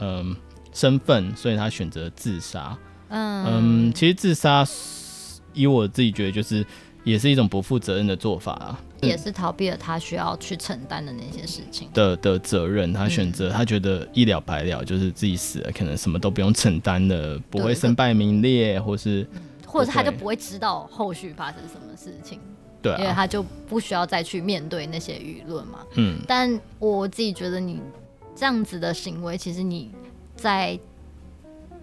[SPEAKER 2] 嗯、身份，所以他选择自杀。
[SPEAKER 1] 嗯
[SPEAKER 2] 嗯，其实自杀，以我自己觉得就是也是一种不负责任的做法啊
[SPEAKER 1] 也是逃避了他需要去承担的那些事情。
[SPEAKER 2] 的的责任。他选
[SPEAKER 1] 嗯
[SPEAKER 2] 择、他觉得一了百了，就是自己死了，可能什么都不用承担了，不
[SPEAKER 1] 对嗯
[SPEAKER 2] 会身败名裂，或是
[SPEAKER 1] 或者是他就
[SPEAKER 2] 对
[SPEAKER 1] 不会知道后续发生什么事情，
[SPEAKER 2] 对
[SPEAKER 1] 因为
[SPEAKER 2] 啊，
[SPEAKER 1] 他就不需要再去面对那些舆论嘛。
[SPEAKER 2] 嗯，
[SPEAKER 1] 但我自己觉得你这样子的行为，其实你在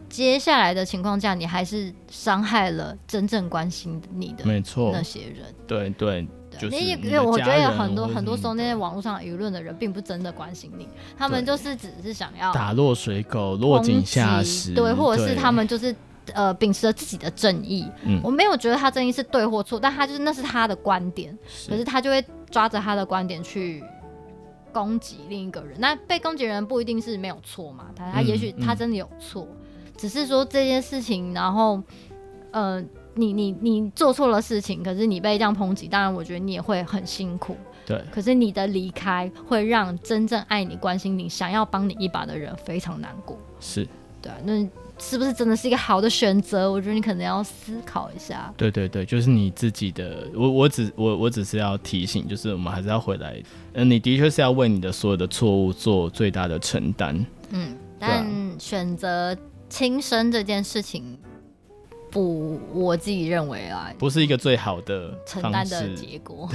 [SPEAKER 1] 接下来的情况下，你还是伤害了真正关心你的
[SPEAKER 2] 没错
[SPEAKER 1] 那，些人。
[SPEAKER 2] 对
[SPEAKER 1] 对，
[SPEAKER 2] 对，
[SPEAKER 1] 啊
[SPEAKER 2] 就是
[SPEAKER 1] 那也
[SPEAKER 2] 你的
[SPEAKER 1] 因为我觉
[SPEAKER 2] 家
[SPEAKER 1] 得有
[SPEAKER 2] 人
[SPEAKER 1] 很多
[SPEAKER 2] 或者
[SPEAKER 1] 很多
[SPEAKER 2] 是
[SPEAKER 1] 时候，
[SPEAKER 2] 你
[SPEAKER 1] 那
[SPEAKER 2] 的
[SPEAKER 1] 些网络上舆论的人并不真的关心你，他们
[SPEAKER 2] 对
[SPEAKER 1] 就是只是想要
[SPEAKER 2] 打落水狗，落井下
[SPEAKER 1] 抨哦击
[SPEAKER 2] 石，
[SPEAKER 1] 对，或者是
[SPEAKER 2] 对
[SPEAKER 1] 他们就是呃秉持着自己的正义。
[SPEAKER 2] 嗯
[SPEAKER 1] 我没有觉得他正义是对或错，但他就是那是他的观点，可是
[SPEAKER 2] 是
[SPEAKER 1] 他就会抓着他的观点去攻击另一个人。那被攻击的人不一定是没有错嘛，他他
[SPEAKER 2] 嗯
[SPEAKER 1] 也许他
[SPEAKER 2] 嗯
[SPEAKER 1] 真的有错，只是说这件事情，然后呃。你你你做错了事情，可是你被这样抨击，当然我觉得你也会很辛苦。
[SPEAKER 2] 对
[SPEAKER 1] 可是你的离开会让真正爱你、关心你、想要帮你一把的人非常难过。
[SPEAKER 2] 是。
[SPEAKER 1] 对啊，那是不是真的是一个好的选择？我觉得你可能要思考一下。
[SPEAKER 2] 对对对，就是你自己的。我我只我我只是要提醒，就是我们还是要回来，嗯、你的确是要为你的所有的错误做最大的承担。
[SPEAKER 1] 嗯，
[SPEAKER 2] 对啊
[SPEAKER 1] 但选择轻生这件事情，不，我自己认为啊，
[SPEAKER 2] 不是一个最好的
[SPEAKER 1] 承
[SPEAKER 2] 方
[SPEAKER 1] 担
[SPEAKER 2] 式，
[SPEAKER 1] 的结果，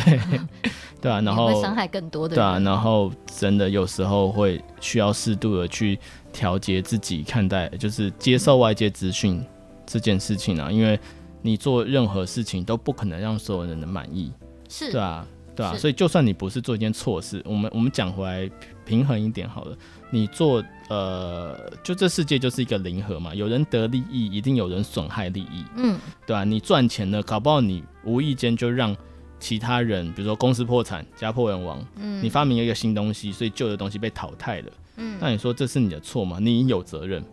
[SPEAKER 2] 对啊，然
[SPEAKER 1] 你会
[SPEAKER 2] 后
[SPEAKER 1] 伤害更多的
[SPEAKER 2] 对啊，
[SPEAKER 1] 人。
[SPEAKER 2] 然后真的有时候会需要适度的去调节自己看待，就是接受外界资讯这件事情啊，因为你做任何事情都不可能让所有人的满意，
[SPEAKER 1] 是，
[SPEAKER 2] 对啊，对啊，
[SPEAKER 1] 是
[SPEAKER 2] 所以就算你不是做一件错事，我们我们讲回来平衡一点好了，你做呃，就这世界就是一个零和嘛，有人得利益，一定有人损害利益，
[SPEAKER 1] 嗯，
[SPEAKER 2] 对啊，你赚钱了，搞不好你无意间就让其他人，比如说公司破产、家破人亡，嗯，你发明了一个新东西，所以旧的东西被淘汰了，嗯，那你说这是你的错吗？你有责任，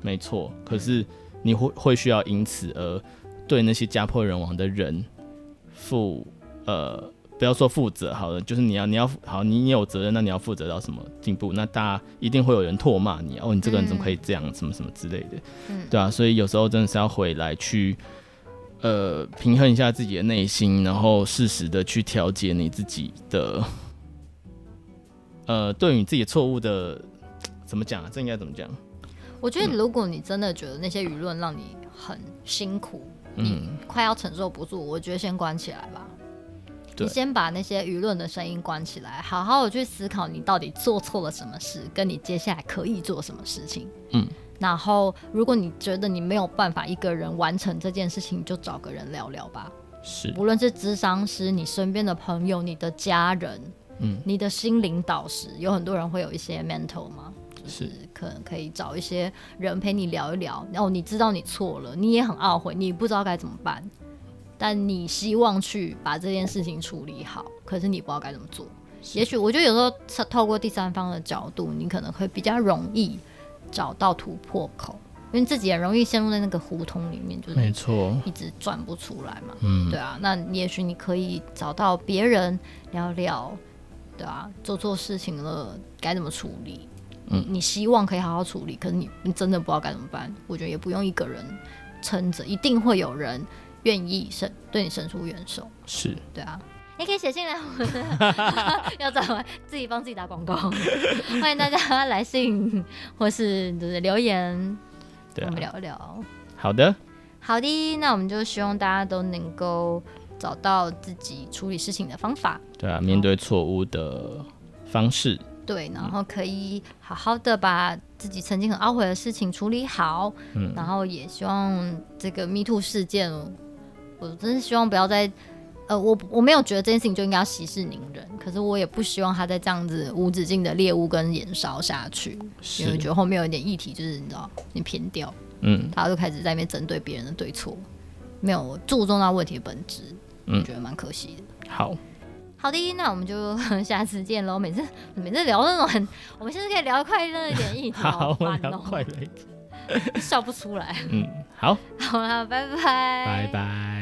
[SPEAKER 2] 没错，可是你会会需要因此而对那些家破人亡的人负呃。不要说负责好了，就是你要你要好，你你有责任，那你要负责到什么进步？那大家一定会有人唾骂你哦，你这个人怎么可以这样，什么什么之类的，
[SPEAKER 1] 嗯
[SPEAKER 2] 对啊，所以有时候真的是要回来去呃平衡一下自己的内心，然后适时的去调节你自己的呃对于你自己的错误的怎么讲啊？这应该怎么讲？
[SPEAKER 1] 我
[SPEAKER 2] 嗯
[SPEAKER 1] 觉得如果你真的觉得那些舆论让你很辛苦，
[SPEAKER 2] 嗯
[SPEAKER 1] 你快要承受不住，我觉得先关起来吧。
[SPEAKER 2] 对
[SPEAKER 1] 你先把那些舆论的声音关起来，好好的去思考你到底做错了什么事，跟你接下来可以做什么事情。
[SPEAKER 2] 嗯，
[SPEAKER 1] 然后如果你觉得你没有办法一个人完成这件事情，你就找个人聊聊吧。
[SPEAKER 2] 是
[SPEAKER 1] 无论是智商师、你身边的朋友、你的家人，
[SPEAKER 2] 嗯，
[SPEAKER 1] 你的心灵导师，有很多人会有一些 mentor 嘛，就是
[SPEAKER 2] 是
[SPEAKER 1] 可能可以找一些人陪你聊一聊。然后你知道你错了，你也很懊悔，你不知道该怎么办，但你希望去把这件事情处理好，可是你不知道该怎么做。也许我觉得有时候透透过第三方的角度，你可能会比较容易找到突破口，因为自己也容易陷入在那个胡同里面，就是
[SPEAKER 2] 没错，
[SPEAKER 1] 一直转不出来嘛。
[SPEAKER 2] 嗯
[SPEAKER 1] 对，啊，那也许你可以找到别人聊聊，对啊，做错事情了该怎么处理？
[SPEAKER 2] 嗯
[SPEAKER 1] 你希望可以好好处理，可是你你真的不知道该怎么办。我觉得也不用一个人撑着，一定会有人愿意伸对你伸出援手，
[SPEAKER 2] 是
[SPEAKER 1] 对啊。也可以写信来我们， 要怎么自己帮自己打 广告？欢迎大家来信或是就是留言，
[SPEAKER 2] 对
[SPEAKER 1] 我
[SPEAKER 2] 啊
[SPEAKER 1] 们，聊一聊。
[SPEAKER 2] 好的，
[SPEAKER 1] 好的，那我们就希望大家都能够找到自己处理事情的方法，
[SPEAKER 2] 对啊，面对错误的方式，
[SPEAKER 1] 对，然后可以好好的把自己曾经很懊悔的事情处理好，
[SPEAKER 2] 嗯
[SPEAKER 1] 然后也希望这个 Me Too 事件，我真是希望不要再，呃，我我没有觉得这件事情就应该要息事宁人，可是我也不希望它再这样子无止境的猎物跟燃烧下去，因为我
[SPEAKER 2] 是
[SPEAKER 1] 觉得后面有一点议题，就是你知道，你偏掉，
[SPEAKER 2] 嗯
[SPEAKER 1] 大家都开始在那边针对别人的对错，没有注重到问题的本质，
[SPEAKER 2] 嗯
[SPEAKER 1] 我觉得蛮可惜的。
[SPEAKER 2] 好，
[SPEAKER 1] 好的，那我们就 下次见喽。每次每次聊那种很，我们现在可以聊快乐一点的议题，
[SPEAKER 2] 好，我
[SPEAKER 1] 烦
[SPEAKER 2] 们聊
[SPEAKER 1] 哦
[SPEAKER 2] 快乐一点，
[SPEAKER 1] 笑不出来。
[SPEAKER 2] 嗯，好，
[SPEAKER 1] 好啦，拜拜，
[SPEAKER 2] 拜拜。